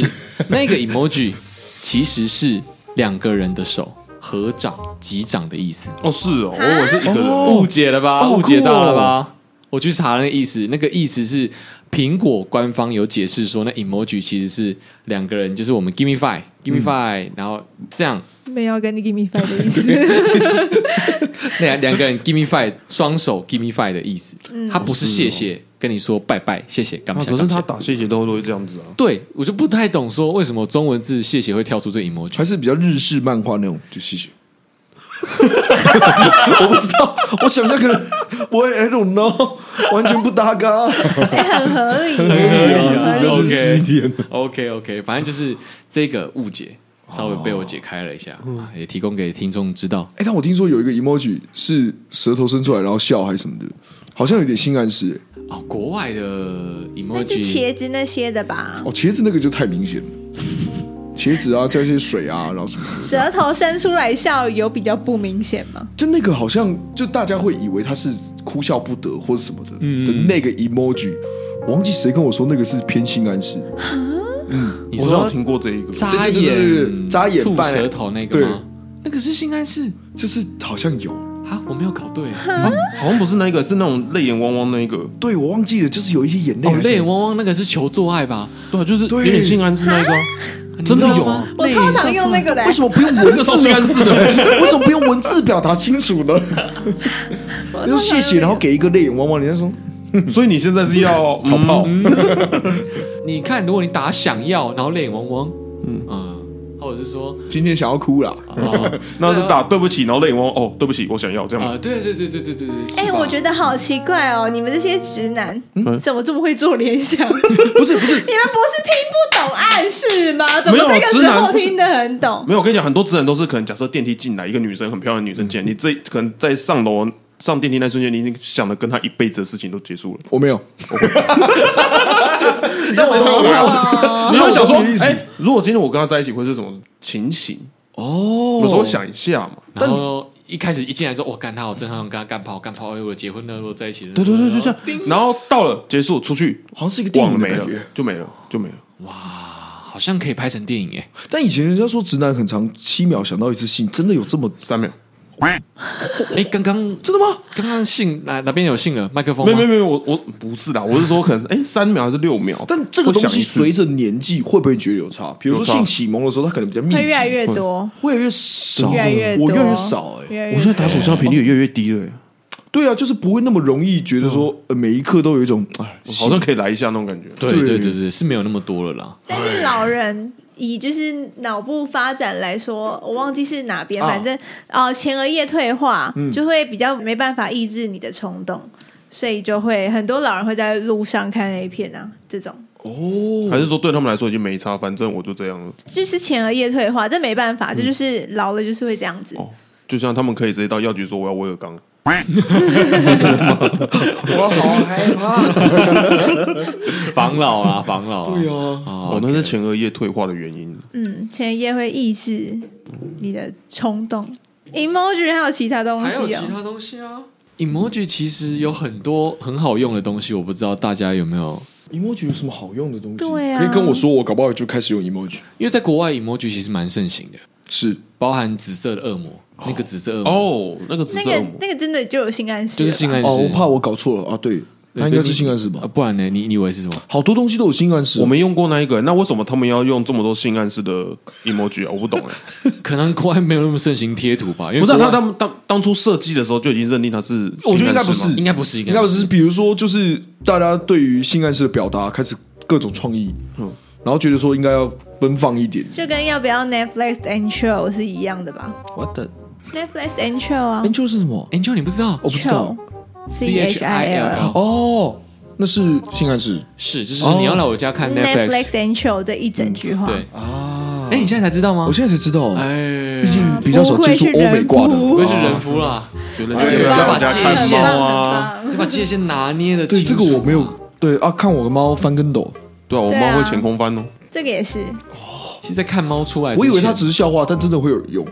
那个 emoji 其实是两个人的手合掌、击掌的意思，哦是哦，啊我以为是一个人，哦误解了吧？好酷哦误解到了吧？我去查那个意思，那个意思是苹果官方有解释说，那 emoji 其实是两个人，就是我们 give me five。Give me five，、然后这样没有要跟你 give me five 的意思。两两个人 give me five，双手 give me five 的意思，他不是谢谢，跟你说拜拜，谢谢，感啊谢。可是感谢他打谢谢都都会这样子啊，对我就不太懂，说为什么中文字谢谢会跳出这 emoji，还是比较日式漫画那种，就谢谢。 我不知道，我想象可能我也 I don't know，完全不搭嘎， 哎很 合理耶，比较合日理。啊式一点。 OK OK，反正就是这个误解稍微被我解开了一下，啊也提供给听众知道。哎、但我听说有一个 emoji 是舌头伸出来然后笑还是什么的，好像有点性暗示、哎哦，国外的那就 emoji 茄子那些的吧，哦，茄子那个就太明显了，茄子啊加一些水啊，然后什么，舌头伸出来笑有比较不明显吗？就那个好像就大家会以为他是哭笑不得或者什么的、的那个 emoji，我忘记谁跟我说那个是偏性暗示，你我好像有说听过这一个，扎对对对对对对眼、扎眼吐扮舌头那个吗？那个是性暗示就是好像有。啊，我没有搞对。好像不是那一个，是那种泪眼汪汪那一个，对，我忘记了，就是有一些眼泪哦还是，泪眼汪汪那个是求做爱吧？对啊，就是有对点性暗示那一个啊，真的有啊，你我知道超吗常用那个的、为什么不用文超字性暗示 的为什么不用文字表达清楚呢？我超常你说用谢谢，然后给一个泪眼汪汪，人家说嗯所以你现在是要好不好？嗯你看，如果你打想要，然后泪眼汪汪，嗯啊，或者是说，今天想要哭了，哦那是打对不起，然后泪眼汪汪哦，对不起，我想要这样吗，啊，对对对对对对对。哎、是吧我觉得好奇怪哦，你们这些直男、嗯怎么这么会做联 想？你们不不是不是，是听不懂暗示吗？怎么没有这个直时男候不是听得很懂？没有，我跟你讲，很多直男都是可能假设电梯进来一个女生很漂亮的女生嗯进来，你这可能在上楼上电梯那瞬间，你已经想的跟她一辈子的事情都结束 了。我没有，但我超哦 你会想说我懂你意，思哎、如果今天我跟她在一起会是什么情形？哦，有时候想一下嘛。然后一开始一进来就我干他，我正常跟他干炮，干炮，哎，我结婚了，我在一起了，对对对，就哦这样叮。然后到了结束，出去好像是一个电忘了影的没感了觉。，就没了，就没了。哇，好像可以拍成电影哎，但以前人家说直男很长，七秒想到一次性，真的有这么三秒，哎，刚刚真的吗？刚刚信哪哪边有信了麦克风没吗？有没有没有，我我不是啦，我是说可能哎、三秒还是六秒，但这个会东想西一次随着年纪会不会觉得有差？比如说有差性启蒙的时候，他可能比较密集，会越来越多，会越来越少，啊越来越多，嗯我越来越少哎、越来越我现在打手枪的频率也越来越低了、哎对啊，就是不会那么容易觉得说、呃、每一刻都有一种嗯哎，我欸好像可以来一下那种感觉。对对对对，是没有那么多了啦。但是老人以就是脑部发展来说，我忘记是哪边，啊反正哦前额叶退化、嗯就会比较没办法抑制你的冲动，所以就会很多老人会在路上看 A 片啊，这种还是说对他们来说已经没差，反正我就这样了。就是前额叶退化，这没办嗯法，这就是老了就是会这样子。哦，就像他们可以直接到药局说我要威尔刚，我哦好害啊 怕。防老啊，防老啊。对啊，哦哦，，那是前额叶退化的原因。嗯，前额叶会抑制你的冲动。emoji 还有其他东还西有其哦，他东西啊。emoji 其实有很多很好用的东西，我不知道大家有没有， emoji 有什么好用的东西？对啊可以跟我说，我搞不好就开始用 emoji。因为在国外 emoji 其实蛮盛行的，是，包含紫色的恶魔，那个紫色恶魔，哦，那个紫那色恶个魔，那个真的就有性暗示了吧，就是性暗示。哦，我怕我搞错了啊，对，对那应该是对性暗示你啊吧？不然呢？你你以为是什么？好多东西都有性暗示啊，我没用过那一个，那为什么他们要用这么多性暗示的 emoji 啊？我不懂哎，可能国外没有那么盛行贴图吧？因为不是啊国外他他们当当初设计的时候就已经认定它是，我觉得应该不是，应该不是，应应该该不不是是，比如说就是大家对于性暗示的表达开始各种创意，嗯，然后觉得说应该要奔放一点。就跟要不要 Netflix and chill 是一样的吧？我的 Netflix and chill 啊 Angel 是什么？ Angel，你不知道？我不知道。 C H I L 哦，那是性暗示是，就是你要来我家看 Netflix Netflix，嗯 and chill 这一整句话，对。啊。哎，你现在才知道吗我？现在才知道，哎，毕竟比较少接触欧美挂的。不我愧也是人夫啦，原哎来是来我家看猫啊，你把界限拿捏的对这个我没有，对啊，看我的猫翻跟斗，对啊，我猫会前空翻哦，这个也是，其实，在看猫出来之我前，以为它只是笑话，但真的会有用。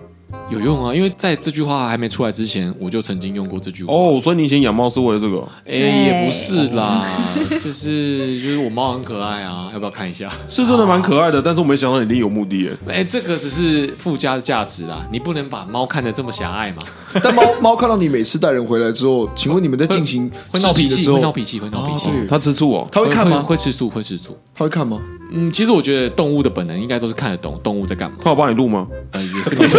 有用啊，因为在这句话还没出来之前，我就曾经用过这句话。哦，所以你以前养猫是为了这个？哎，也不是啦，哦 就是就是我猫很可爱啊，要不要看一下？是真的蛮可爱的，但是我没想到你另有目的耶。哎，这个只是附加的价值啦，你不能把猫看得这么狭隘嘛，但猫猫看到你每次带人回来之后，请问你们 在进行会闹事脾情的气，时会候，闹脾气，会闹脾气哦。对它吃醋哦，它会看吗？会吃醋，会吃醋。它会看吗？嗯，其实我觉得动物的本能应该都是看得懂动物在干 嘛，它有帮你录吗？呃，也是可以。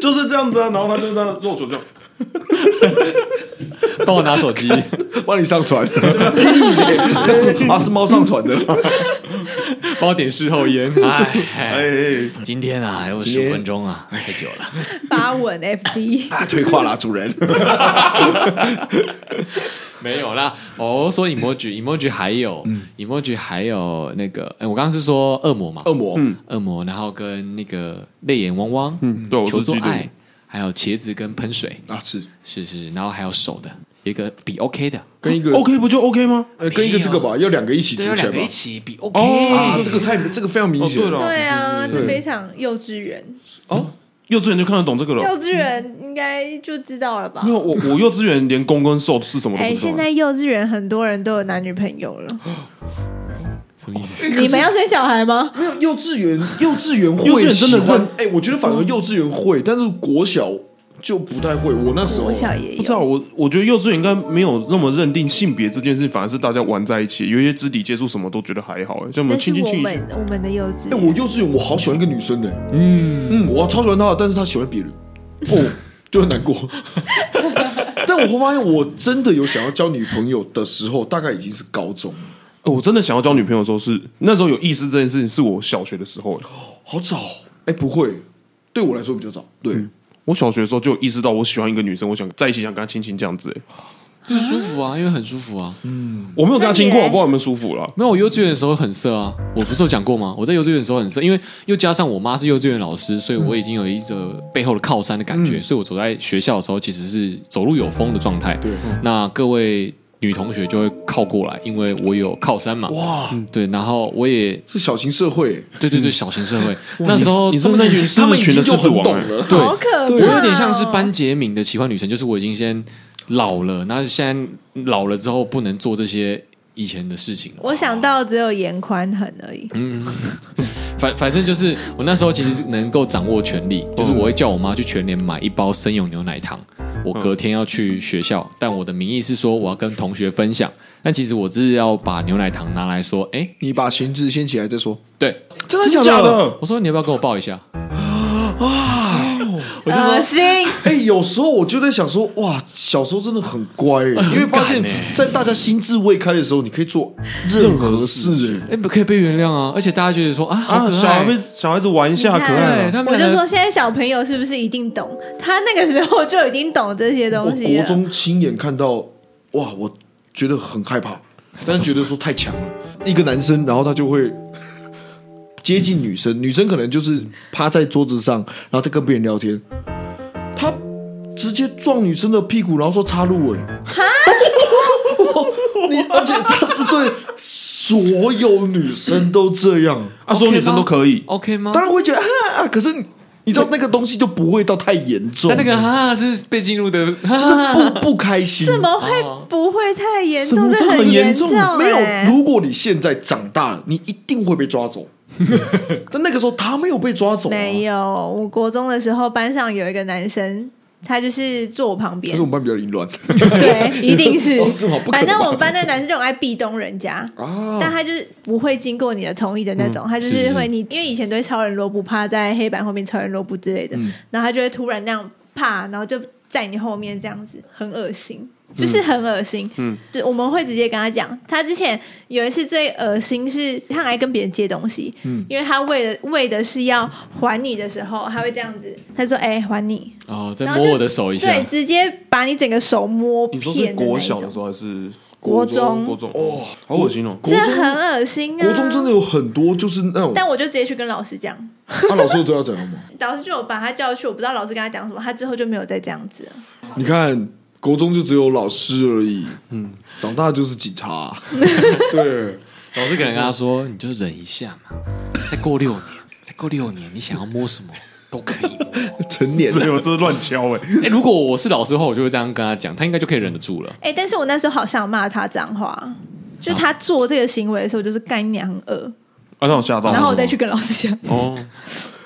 就是这样子啊，然后它就在那肉球这样。帮我拿手机。帮你上 传， 啊，是猫上传的。帮我点事后烟。 哎，哎，今天啊，还有今十天分钟啊，太久了。发文 FB 啊，退化啦，主人。没有啦，哦，所以 emoji，emoji 还有、e m o j i 还有那个，哎，我刚刚是说恶魔嘛， 恶魔，恶魔，然后跟那个泪眼汪汪，嗯对我是求做记得爱，还有茄子跟喷水，啊，是是是，然后还有手的，有一个比 OK 的，哦跟一个 OK 不就 OK 吗？呃，跟一个这个吧，要两个一起组对，有两成个吧一。起比 OK，、哦啊，这个太这个非常明哦，显。对了，对啊，对这非常幼稚园，幼稚园就看得懂这个了。幼稚园应该就知道了吧没？有，我我幼稚园连公跟受是什么嗯都哎，不知现道。在幼稚园很多人都有男女朋友了，什么意思？你们要生小孩吗？没有幼稚 园，幼稚园幼稚会园真的喜欢认哎，我觉得反而幼稚园会，但是国小就不太会。我那时候我小也不知道，有，我我觉得幼稚园应该没有那么认定性别这件事，反而是大家玩在一起，有一些肢体接触什么都觉得还好。哎，像我们那亲是亲我亲一下，们我们的幼稚哎，园我幼稚园我好喜欢一个女生的，嗯嗯，我超喜欢她，但是她喜欢别人，哦，就很难过。 但我后发现，我真的有想要交女朋友的时候，大概已经是高中了，哎我真的想要交女朋友的时候是那时候有意识这件事情，是我小学的时候。哎好早。哎，不会，对我来说比较早。对，嗯我小学的时候就有意识到我喜欢一个女生，我想在一起想跟她亲亲这样子、哎就是舒服啊，因为很舒服啊。我没有跟她亲过，我那你嘞不知道有没有舒服了。没有，我幼稚园的时候很色啊，我不是有讲过吗？我在幼稚园的时候很色，因为又加上我妈是幼稚园老师，所以我已经有一个背后的靠山的感觉，所以我走在学校的时候其实是走路有风的状态。对嗯那各位女同学就会靠过来，因为我有靠山嘛。哇，嗯对，然后我也是小型社会。对对对，小型社会那时候你是他不是们那已群经狮他子们已群的经就狮子很王、懂哎 了。对好可怕，哦我有点像是班。杰明的奇幻女神，就是我已经先老了，那现在老了之后不能做这些以前的事情了。我想到只有严宽很而已，反反正就是我那时候其实能够掌握权力，就是我会叫我妈去全联买一包生永牛奶糖，我隔天要去学校，但我的名义是说我要跟同学分享，但其实我只是要把牛奶糖拿来说，哎、你把裙子掀起来再说。对，真真的假？的？我说你要不要跟我抱一下？恶心。哎、有时候我就在想说，哇，小时候真的很乖、欸，因为发现，在大家心智未开的时候，你可以做任何事、欸。哎、不可以被原谅啊！而且大家觉得说啊，好啊，可小孩爱，被小孩子玩一下你看可爱、对啊。他们我就两个说，现在小朋友是不是一定懂？他那个时候就已经懂这些我东西啊国了。中亲眼看到，哇，我觉得很害怕，但是觉得说太强了。一个男生，然后他就会接近女生，女生可能就是趴在桌子上，然后再跟别人聊天，他直接撞女生的屁股，然后说插入我。你而且他是对所有女生都这样。啊，所有女生都可以。 OK 吗？当然会觉得啊啊，可是你你知道那个东西就不会到太严重，但那个哈、哈是被进入的，哈就哈是不不 开心。怎么会不会太严重？什么这很很严严重欸没有？如果你现在长大了，你一定会被抓走。 但那个时候他没有被抓走、啊，没。有。我国中的时候，班上有一个男生，他就是坐我旁可边是我，们班比较淫乱对，一定是哦是吗不可反能吧正我们班那男生就很爱壁咚人家。但啊，他就是不会经过你的同意的那种，他就是是是是会你，因为以前都会超人罗布趴在黑板后面超人罗布嗯之类的，然后他就会突然那样啪，然后就在你后面这样子，很恶心。就是很恶心。嗯，就我们会直接跟他讲。他之前有一次最恶心是，他还跟别人借东西，嗯，因为他为了为的是要还你的时候，他会这样子，他说：“哎、还你。哦，”再然后摸就我的手一下，对，直接把你整个手摸你说遍是的国那一小的种时，候还是国中国中哦，好恶心哦！国这中很恶心啊！国中真的有很多就是那种，但我就直接去跟老师讲，他老师都要讲什么？老师就有把他叫去，我不知道老师跟他讲什么，他之后就没有再这样子了。你看，国中就只有老师而已，嗯，长大就是 警察，对，老师可能跟他说：“你就忍一下嘛，再过六年，再过六年，你想要摸什么都可以摸。成年这了，有这乱敲哎，” 哎，如果我是老师的话，我就会这样跟他讲，他应该就可以忍得住了。哎、但是我那时候好想骂他脏话，就是他做这个行为的时候，我就是干你娘很恶， 啊让我吓到。然后我再去跟老师讲，哦，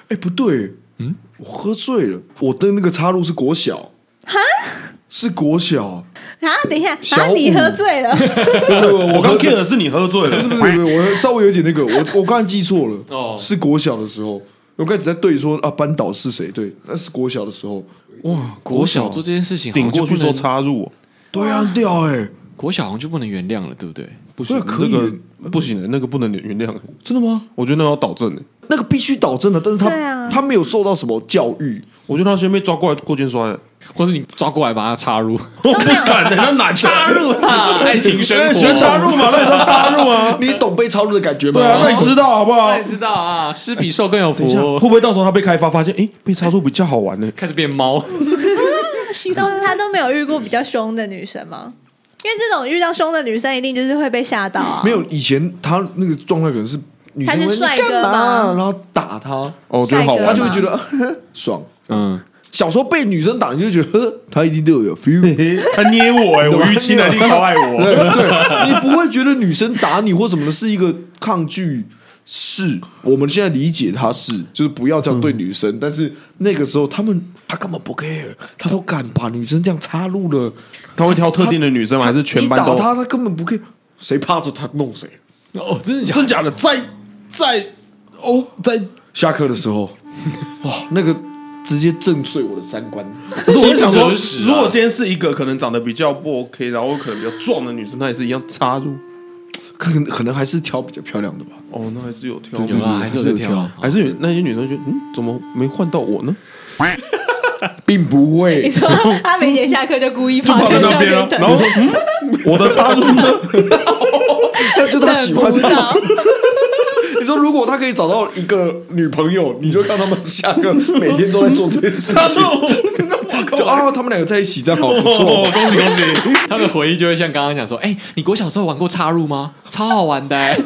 哎、不对，嗯，我喝醉了，我的那个插入是国小，哈，是国小，啊，等一下，小啊，你五喝醉了，不不 不我我刚喝 care 醉。的是你喝醉了 不，是不是不是，我稍微有点那个，我我刚才记错 了，哦是国小的时候，我刚才只在对说啊，班导是谁？对，那是国小的时候，哇，国小做这件事情，顶过去好像就不说能，插入哦，对啊，很屌哎、国小好像就不能原谅了，对不对？不行，对可以那个不行的，那个不能原谅。真的吗？我觉得那要导正的，那个必须导正的，但是他、对啊他没有受到什么教育，我觉得他先被抓过来过肩摔的，或是你抓过来把他插 入，我不 敢的，那哪插入？ 啊爱情生活，哎学插入嘛，那你说插入啊？哦 你懂被插入的感觉吗？对啊，那你知道好不好我？也知道啊，施比受更有等一下，会福，不会到时候他被开发，发现哎，诶被插入比较好玩呢？开始变猫。都他都没有遇过比较凶的女生吗？因为这种遇到凶的女生，一定就是会被吓到啊。没有，以前他那个状态可能是女生他会是帅你哥啊干嘛啊，吗然后打他，哦，我觉得好他玩就帅哥吗会觉得 呵呵爽。嗯，小时候被女生打，你就觉得 呵他一定对我有 feel。他捏我哎，我淤青了，你超爱 对我。对，你不会觉得女生打你或什么的是一个抗拒，是我们现在理解他是，就是不要这样对女生。但是那个时候他们他根本不 care，他都敢把女生这样插入了，他会挑特定的女生吗？还是全班你打都？他，他根本不 care，谁趴着他弄谁。哦，真的假的？真假的？在在哦，在下课的时候， 哇，那个直接震碎我的三观。不是我想说心则死，啊如果今天是一个可能长得比较不 OK，然后可能比较壮的女生，她也是一样插入。 可能可能还是挑比较漂亮的吧。哦，那还是有挑，有啊，还是有在跳。还是有那些女生觉得，嗯，怎么没换到我呢？并不你 会，说他每天下课就故意就跑跑到到那边啊，等，然后说，嗯，我的插入呢？那就他喜欢 等不的。到 你说如果他可以找到一个女朋友，你就看他们下课 每天都在做这件 事插情，入，就啊，他们两个在一起，这样好不哦 错。，恭喜恭喜！ 他的回忆就会像刚刚讲说，哎、你国小时候玩过插入吗？超好玩的、欸。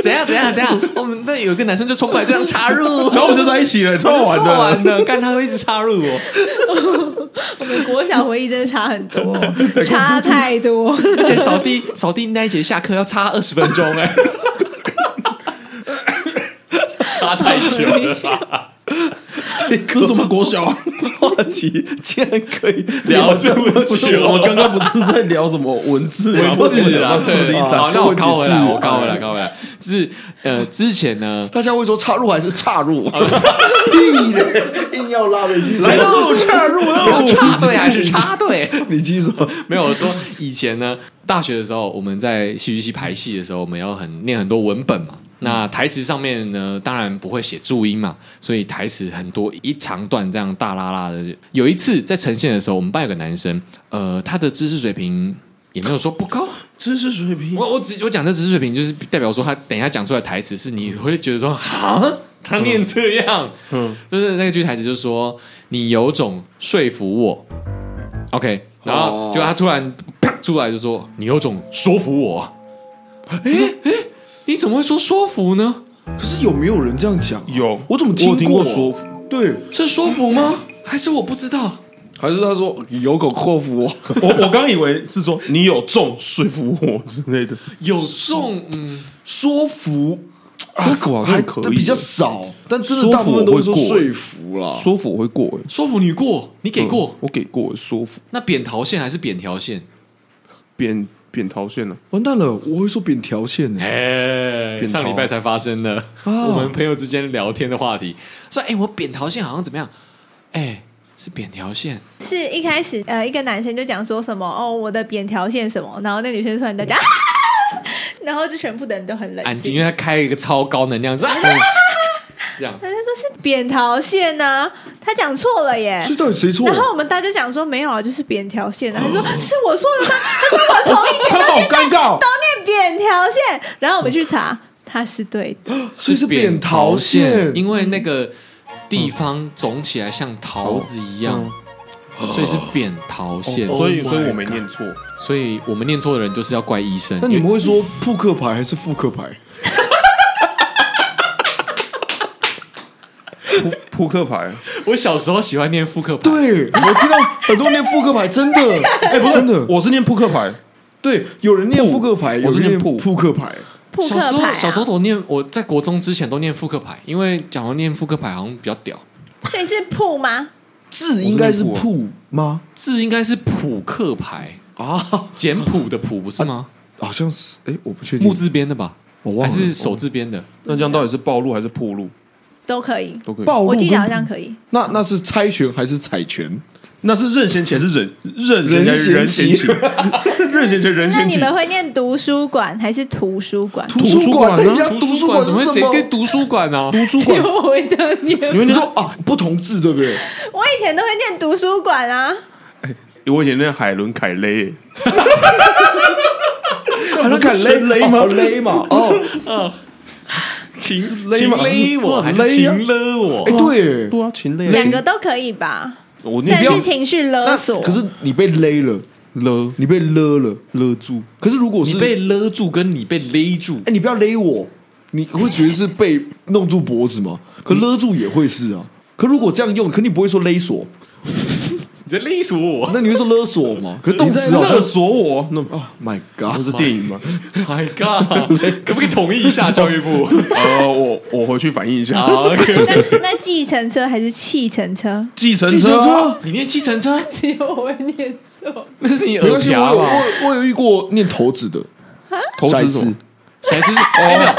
怎样怎样怎样？我们那有一个男生就冲过来就这样插入，然后我们就在一起了，超好玩超好的玩。的，干他会一直插入我，我们国小回忆真的差很 多，差太多。而且扫地扫地那一节下课要插二十分钟哎、插太久了，这这是什个么国小啊？话题竟然可以聊这么么不是，我们刚刚不是在聊什么文字吗？文字啊，文字对，力啊好，那我靠回是来，文字我靠回来，靠回来，就是呃，之前呢，大家会说插入还是 岔入？屁嘞，硬要拉回去说。来喽，插入喽！插队还是插队？你继续说。 没有我说以前呢，大学的时候我们在戏剧系排戏的时候，我们要很念很多文本嘛。那台词上面呢，当然不会写注音嘛，所以台词很多一长段这样大拉拉的。有一次在呈现的时候，我们班有个男生，呃，他的知识水平也没有说不高，知识水平，我我只我讲这知识水平，就是代表说他等一下讲出来的台词是你会觉得说啊， 他念这样，嗯嗯，就是那句台词就是说你有种说服我，OK，然后哦就他突然啪出来就说你有种说服我啊，哎哎，你怎么会说说服呢？可是有没有人这样讲？有我怎么我有听过过说服？对，是说服吗？还是我不知道？嗯还是他说有狗克服我？ 我我刚以为是说你有中说服我之类的，有重嗯，说服，啊说服好像还可以但比较少，但真的说服大部分都会说我会过说服啦。说服我会过哎，说服你过，你给过，嗯我给过说服那扁桃腺还是扁条线？扁扁桃腺了，完蛋了，我会说扁条线 呢、哎，扁桃上礼拜才发生的，哦我们朋友之间聊天的话题，说哎，我扁桃腺好像怎么样？哎，是扁条线，是一开始呃，一个男生就讲说什么哦，我的扁条线什么，然后那女生突然大家，啊 然后就全部的人都很冷嗯安静，静因。为他开了一个超高能量，是 吧？这样，他就说是扁条线呐、他讲错了耶所。以到底谁错然了？后我们大家就讲说没有啊，就是扁条线哦啊。他说是我错了吗？他说我从以前他到们好尴哦尬，念扁条 线，然后我们去查，他是对的。所以是扁桃腺，因为那个地方肿起来像桃子一样，所以是扁桃腺。嗯哦所以 Oh my 所以我没念错，所以我们念错的人就是要怪医生。那你们会说扑克牌还是复刻牌？扑扑克牌，我小时候喜欢念复刻牌，对，我听到很多人念复刻牌，真的， 哎，真的，我是念扑克牌，对，有人念扑复刻牌，有我是人念念扑扑克牌，扑克小时候牌、啊，小时候都念，我在国中之前都念复刻牌，因为讲到念复刻牌好像比较屌。所以是铺吗？字应该是啊扑吗？字应该是普克牌，啊，简谱的谱不是吗？好像是，哎，我不确定，木字边的吧，我忘还了是手字边的？那这样到底是暴露还是破路都可以，都可以？暴露我跟，记得好像可以。那那是猜拳还是彩拳？那是任贤齐还是任任任贤贤齐齐？ 任贤齐任 那贤你齐们会念读书馆还是图书馆？图书书馆，馆等呢一下，图图书书馆馆怎是么会什谁么？跟图书馆啊？图书因为馆， 我会这样念，你会你念说？啊，不同字对不 对？我以前都会念图书馆啊。我以前念海伦凯勒，还能不改是勒勒吗哦勒嘛， 哦，情请勒我还是请勒？勒我哎，？对，对啊，情勒两个都可以吧？我念算要是情绪勒那索。可是你被勒了，勒你被勒了，勒住，可是如果是你被勒住跟你被勒住哎、，你不要勒我，你会觉得是被弄住脖子吗？可勒住也会是啊。可如果这样用，可你不会说勒索，你在勒死我！那你会说勒索吗？可动 你在词好勒像索我，那啊 My 那 God，是电影吗？ My God，可不可以统一一下教育部？ 呃，我我回去反映一下。好，OK 那那计程车还是汽程车？计程计车程啊，车，你念计程车，只有我会念错。那是你耳没关系，我瓢有吧？我我有遇过念头子的，投骰资什子么？，骰子是哎没有，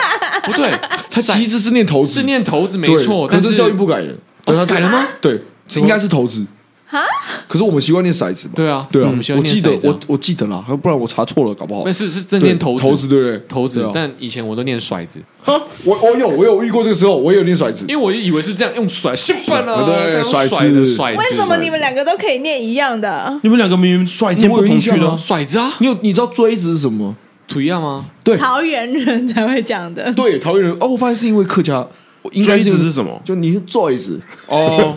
不对，他其实是念头子，是念头子没对错，可但是教育部改了，哦对是他改了吗？对，应该是投资啊。可是我们习惯念骰子嘛？对啊对啊，我们习惯我念记得骰子啊我我记得啦，不然我查错了，搞不好那。是是正对念头骰子对不对？头对子啊，但以前我都念甩子，我我有我有遇过这个时候，我也有念骰子，因为我以为是这样用甩，兴奋了，啊对这样甩子的甩子，为什么你们两个都可以念一样的？ 你们两个明明帅见不同区我有印象的啊，甩子啊？你有你知道锥子是什么吗？土一样吗？对桃园人才会讲的。对，桃园人哦，我发现是因为客家，我应该锥因为子是什么就你是 锥子，哦，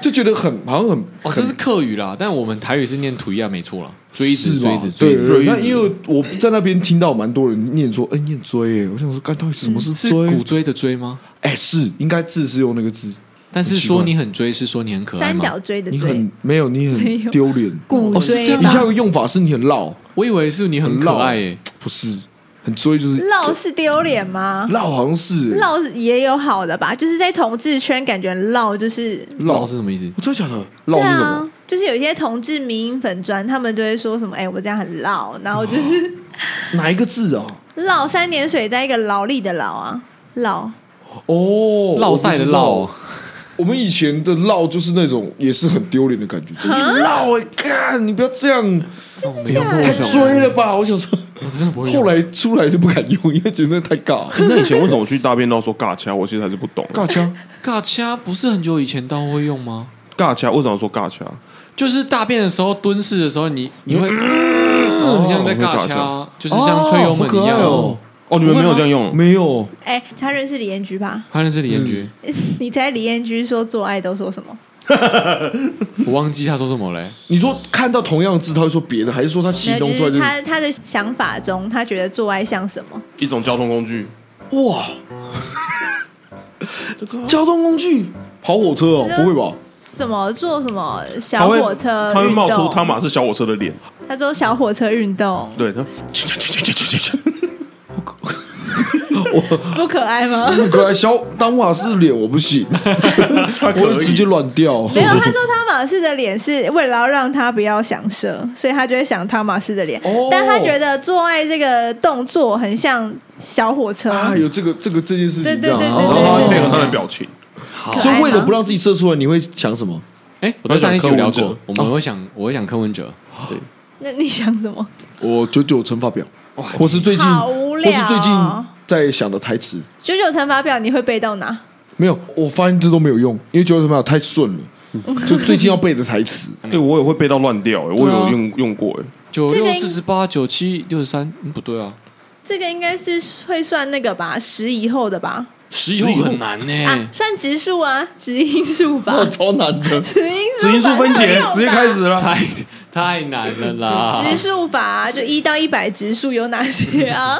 就觉得很好像很哦，这是客语啦，但我们台语是念土一样没错啦，锥子是吧锥子对锥对子，锥对。那子因为我在那边听到蛮多人念说，哎，念锥，哎，我想说，干到底什么是是锥？骨锥的锥吗？哎，是应该字是用那个字，但是很奇说怪你很追是说你很可爱三角吗？锥的你锥很，没有，你没很有丢 脸。骨哦是这锥样你吗下吧一？个用法是你很绕，我以为是你很可绕爱耶，不是很锥，就是绕是丢脸 吗？绕，好像是哎绕也有好的吧，就是在同志圈感觉绕就是绕老是什么意思？我真的假的？对绕是什么啊？，就是有一些同志迷音粉砖，他们都会说什么“哎、我这样很绕”，然后 就是哪一个字啊？ “绕三点水”在一个劳力的“劳”啊，绕哦，落赛的落我不知道。我们以前的绕就是那种也是很丢脸的感觉，啊就是绕哎，干你不要这样，哦，没用过太这种，追了吧！我想说，我真的不会用。后来出来就不敢用，因为觉得那太尬， 那以前为什么去大便道说尬掐？我其实还是不懂。尬枪。 尬掐不是很久以前到会用吗？尬掐为什么说尬掐？哦就是大便的时候蹲式的时候，你你会嗯很像在尬掐，就是像吹油门一样。哦哦，你们没有这样用？没有，哎、他认识李彦居吧？ 他认识李彦菊，你猜李彦居说做爱都说什么？嗯我忘记他说什么嘞。你说看到同样的字，他会说别的，还是说他没形有，容就出是来就是他他的想法中，他觉得做爱像什么？一种交通工具，哇？ 交通工具，跑火车哦，啊不会吧？什么做什么它小会火车它会运冒出动他马是小火车的脸，他说小火车运动对，它不可爱吗？ 那个小当瓦是脸我 不行，我可以会直接乱掉。没有，他说汤马士的脸是为了要让他不要想射，所以他就会想汤马士的脸。哦但他觉得做爱这个动作很像小火车，啊，有这个这个这件事情对这对样对啊，对然后它对配对合对它的表情，好可爱所以为了吗不让自己射出来，你会想什么？哎，我在上一期有聊我想柯过文哲，我哦们会想，我会想柯文哲，那你想什么？我九九乘法表，或是最近，好无或聊啊是最近在想的台词，九九乘法表你会背到哪？没有，我发现这都没有用，因为九九乘法表太顺了，就最近要背的台词。 哎、我也会背到乱掉、哎我对啊嗯有用用过、哎，九这六个应四十八九七六十三，嗯不对啊，这个应该是会算那个吧，十以后的吧？十以后很难啊呢，，算植数啊，植因数吧，哦，超难的，植因 数，直因数分解直接开。始了，太太难了啦。植数法就一到一百植数有哪些啊？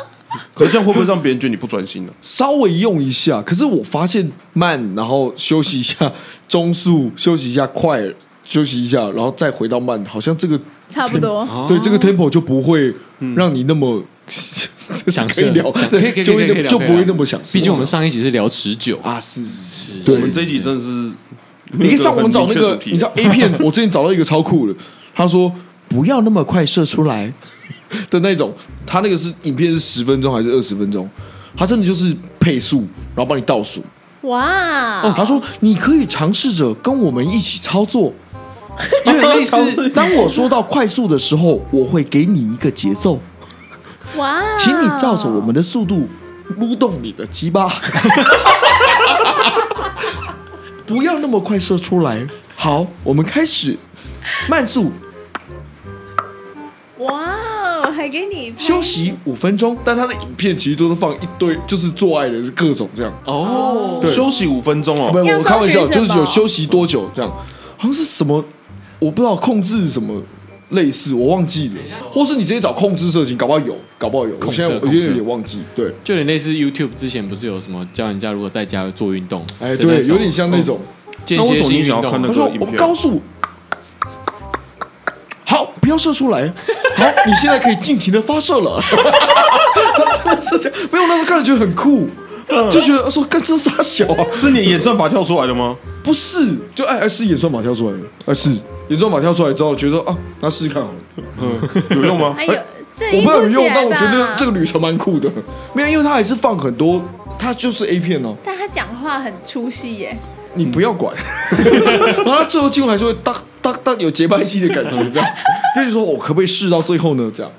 可是这样会不会让别人觉得你不专心呢、稍微用一下。可是我发现慢，然后休息一下， 中速休息一下，快休息一下，然后再回到慢，好像这个差不 多。哦对，这个 tempo 就不会让你那么 这是嗯想可以射聊，想对可以可以就会可以可以就可以不会聊那么想射。毕竟我们上一集是聊持 久，啊，是是是，我对，们这一集真的是， 你可以上网找那个，你知道 A 片，我之前找到一个超酷的，他说不要那么快射出来 的那种，他那个是影片是十分钟还是二十分钟，他真的就是配速，然后帮你倒数。哇，他说你可以尝试着跟我们一起操作，因为类似当我说到快速的时候，我会给你一个节奏，哇，请你照着我们的速度撸动你的鸡巴， 不要那么快射出来。好，我们开始慢速。哇，还给你拍休息五分钟，但他的影片其实都是放一堆，就是做爱的是各种这样。哦，对休息五分钟不哦，是，要我开玩笑，搜寻什就么是有休息多久这样，好像是什么，我不知道控制什么类似，我忘记了，或是你直接找控制色情，搞不好有，搞不好有。我控制现在我控有制点忘记，对，就有点类似 YouTube 之前不是有什么教人家如何在家做运动，哎，对，有点像那种，间那为歇什么性你运想要看那动。个他说影片我们高速，好，不要射 出来，好，你现在可以尽情的发射了。 真的是这样，没有，那时候看了觉得很酷，嗯就觉得说干这傻小啊。是你演算法跳出来的吗？不是，就哎哎是演算法跳出来的，哎是演算法跳出来之后，觉得说啊，那试试看好了。有用吗还？有哎这哎我一不知道步有起用，但来我吧觉得这个旅程蛮酷的。没有，因为它还是放很多，它就是 A 片哦，但他讲话很出戏耶，你不要管。 然后它最后进入来就会哒哒哒有节拍器的感觉，这样。 就是说我可不可以试到最后呢？这样，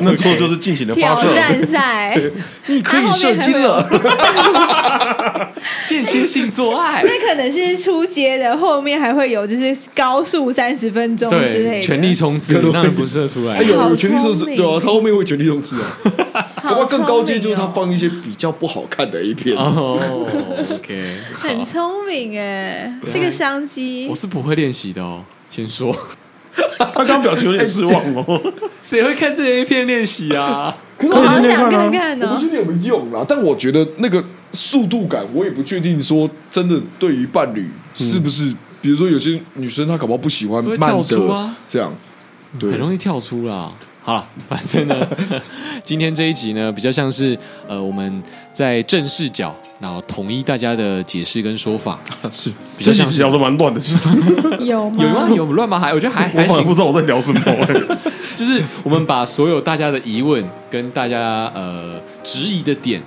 那最后就是尽情的发挑射，战赛。 你可以射精啊了。间歇性做爱，这可能是初阶的，后面还会有就是高速三十分钟之类对，的。全力冲刺可，能当然不射出来哎，。有好有权力射聪精，明对啊，它后面会权力用刺啊。好搞不好更高阶就是它聪明哦啊放一些比较不好看的 A 片。哦，OK， 哦很聪明哎，这个商机我。是不会练习的哦，先说，他刚表情有点失望哎哦。 谁会看这些片练习啊？可是我我好觉得想看看哦啊我呢不，确定有没有用啦，但我觉得那个速度感，我也不确定说真的对于伴侣是不是，比如说有些女生她搞不好不喜欢就会慢跳出的、啊这样，对，很容易跳出啦。好了，反正呢， 今天这一集呢，比较像是呃我们在正视角，然后统一大家的解释跟说法，是比较像这是集聊的蛮乱的，其实有吗有啊吗？有乱吗？还我觉得还我还反而行，不知道我在聊 什么。哎就是我们把所有大家的疑问跟大家呃质疑的点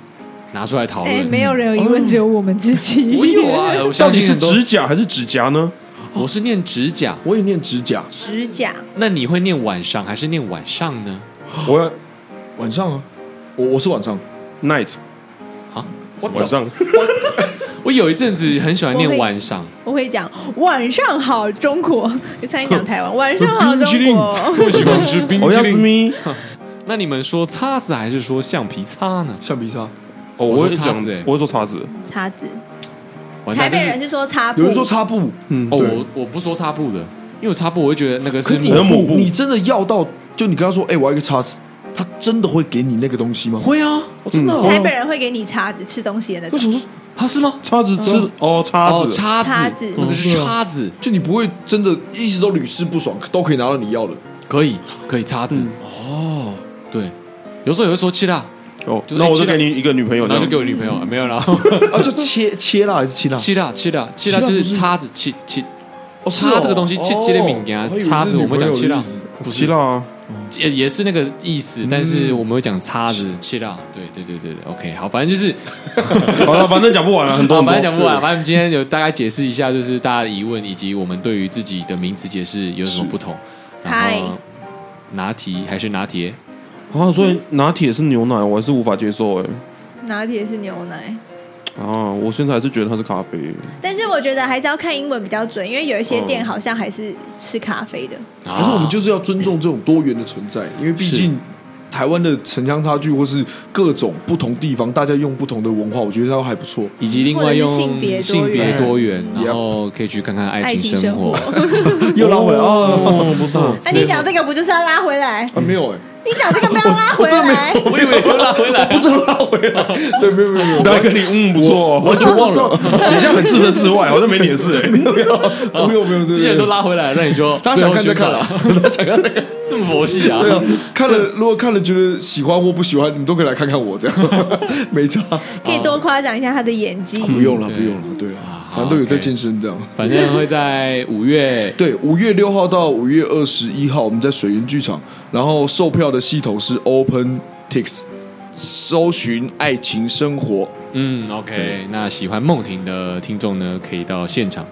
拿出来讨哎，论。没有人有疑问，只有我们自哦己。我有啊，我到相底信是很多。指甲还是指甲呢？我是念指甲，我也念指甲， 指甲，那你会念晚上还是念晚上呢？我要晚上啊，我我是晚上， night 啊，晚上我有一阵子很喜欢念晚上，我会讲晚上好中国，你差点讲台 湾，晚上好冰淇中淋国。不喜欢吃冰哦，要是。咪 那你们说叉子还是说橡皮擦呢？橡皮擦，哦，我我说会叉讲子哎，我会说叉子，叉子，完台蛋，北人这是是说擦布，有人说擦布，嗯哦，对我我不说擦布的，因为我擦布我会觉得那个可是是你抹的布布，你真的要到，就你跟他说，哎、我要一个叉子，他真的会给你那个东西吗？会啊，我真嗯的哦、台北人会给你叉子吃东西的那为种什。么说啊是吗？叉子吃哦，叉哦，子叉子，嗯啊叉子那个是叉子，就你不会真的一直都屡试不爽，都可以拿到你要的？ 可以可以叉子哦，对，有时候也会说气啦，哦，就是那我切就了给你一个女朋友，然后就这样给我女朋友没 有，然后啊，就切切啦还是切啦？气啦气啦气啦切辣就是不是叉子气气。哦，叉这个东西切切的敏感啊叉子我们讲切辣了。古希腊啊，也也是那个意思，但是我们会讲叉子、切到，对对对对对，OK，好，反正就是，好了，反正讲不完 啊了，很多好，很多，反正讲不完，反正啊我们今天有大概解释一下，就是大家的疑问以及我们对于自己的名词解释有什么不同，然嗨后拿铁还是拿铁，啊，所以拿铁是牛奶，我还是无法接受哎、拿铁是牛奶，啊，我现在还是觉得它是咖啡。但是我觉得还是要看英文比较准，因为有一些店好像还是吃咖啡的。还啊是我们就是要尊重这种多元的存在，因为毕竟台湾的城乡差距或是各种不同地方，大家用不同的文化，我觉得都还不错。以及另外用或者是性别多元性别多元，嗯然后可以去看看爱爱情情生生活活。 又拉回来哦，哦，不啊错，那、你讲这个不就是要拉回来？啊没有哎，你讲这个不要拉回来，我以为又拉回来，不是拉回来，对，没有没有没有，大家跟你嗯不错，完全忘了，你像 很置身事外，好像没你的事 哎、没有没有没有没有，对之前对都对，拉回来，那你就大家想看就看了， 大家想看那个。这么佛系啊？对啊，看了如果看了觉得喜欢或不喜欢，你们都可以来看看我这样， 没差。可以多夸奖一下他的演技。不用了，对不用了，对啊，反正都有在健身这样。反正会在五月对，五月六号到五月二十一号，我们在水源剧场，然后售票的系统是 OpenTix，搜寻“爱情生活嗯，OK，那喜欢梦婷的听众呢，可以到现场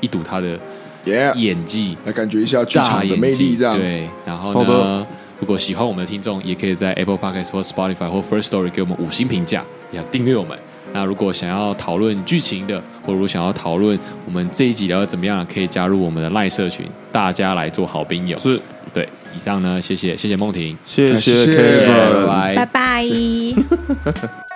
一睹她的”，耶，演技，来感觉一啊下剧大场的演魅力技。这样。对，然后好呢的，如果喜欢我们的听众，也可以在 Apple Podcast 或 Spotify 或 First Story 给我们五星评价，也要订阅我们。那如果想要讨论剧情的，或如果想要讨论我们这一集聊的怎么样，可以加入我们的赖社群，大家来做好兵友。是，对，以哎上呢，谢谢，谢谢梦婷，谢谢谢谢 Kevin 拜拜拜。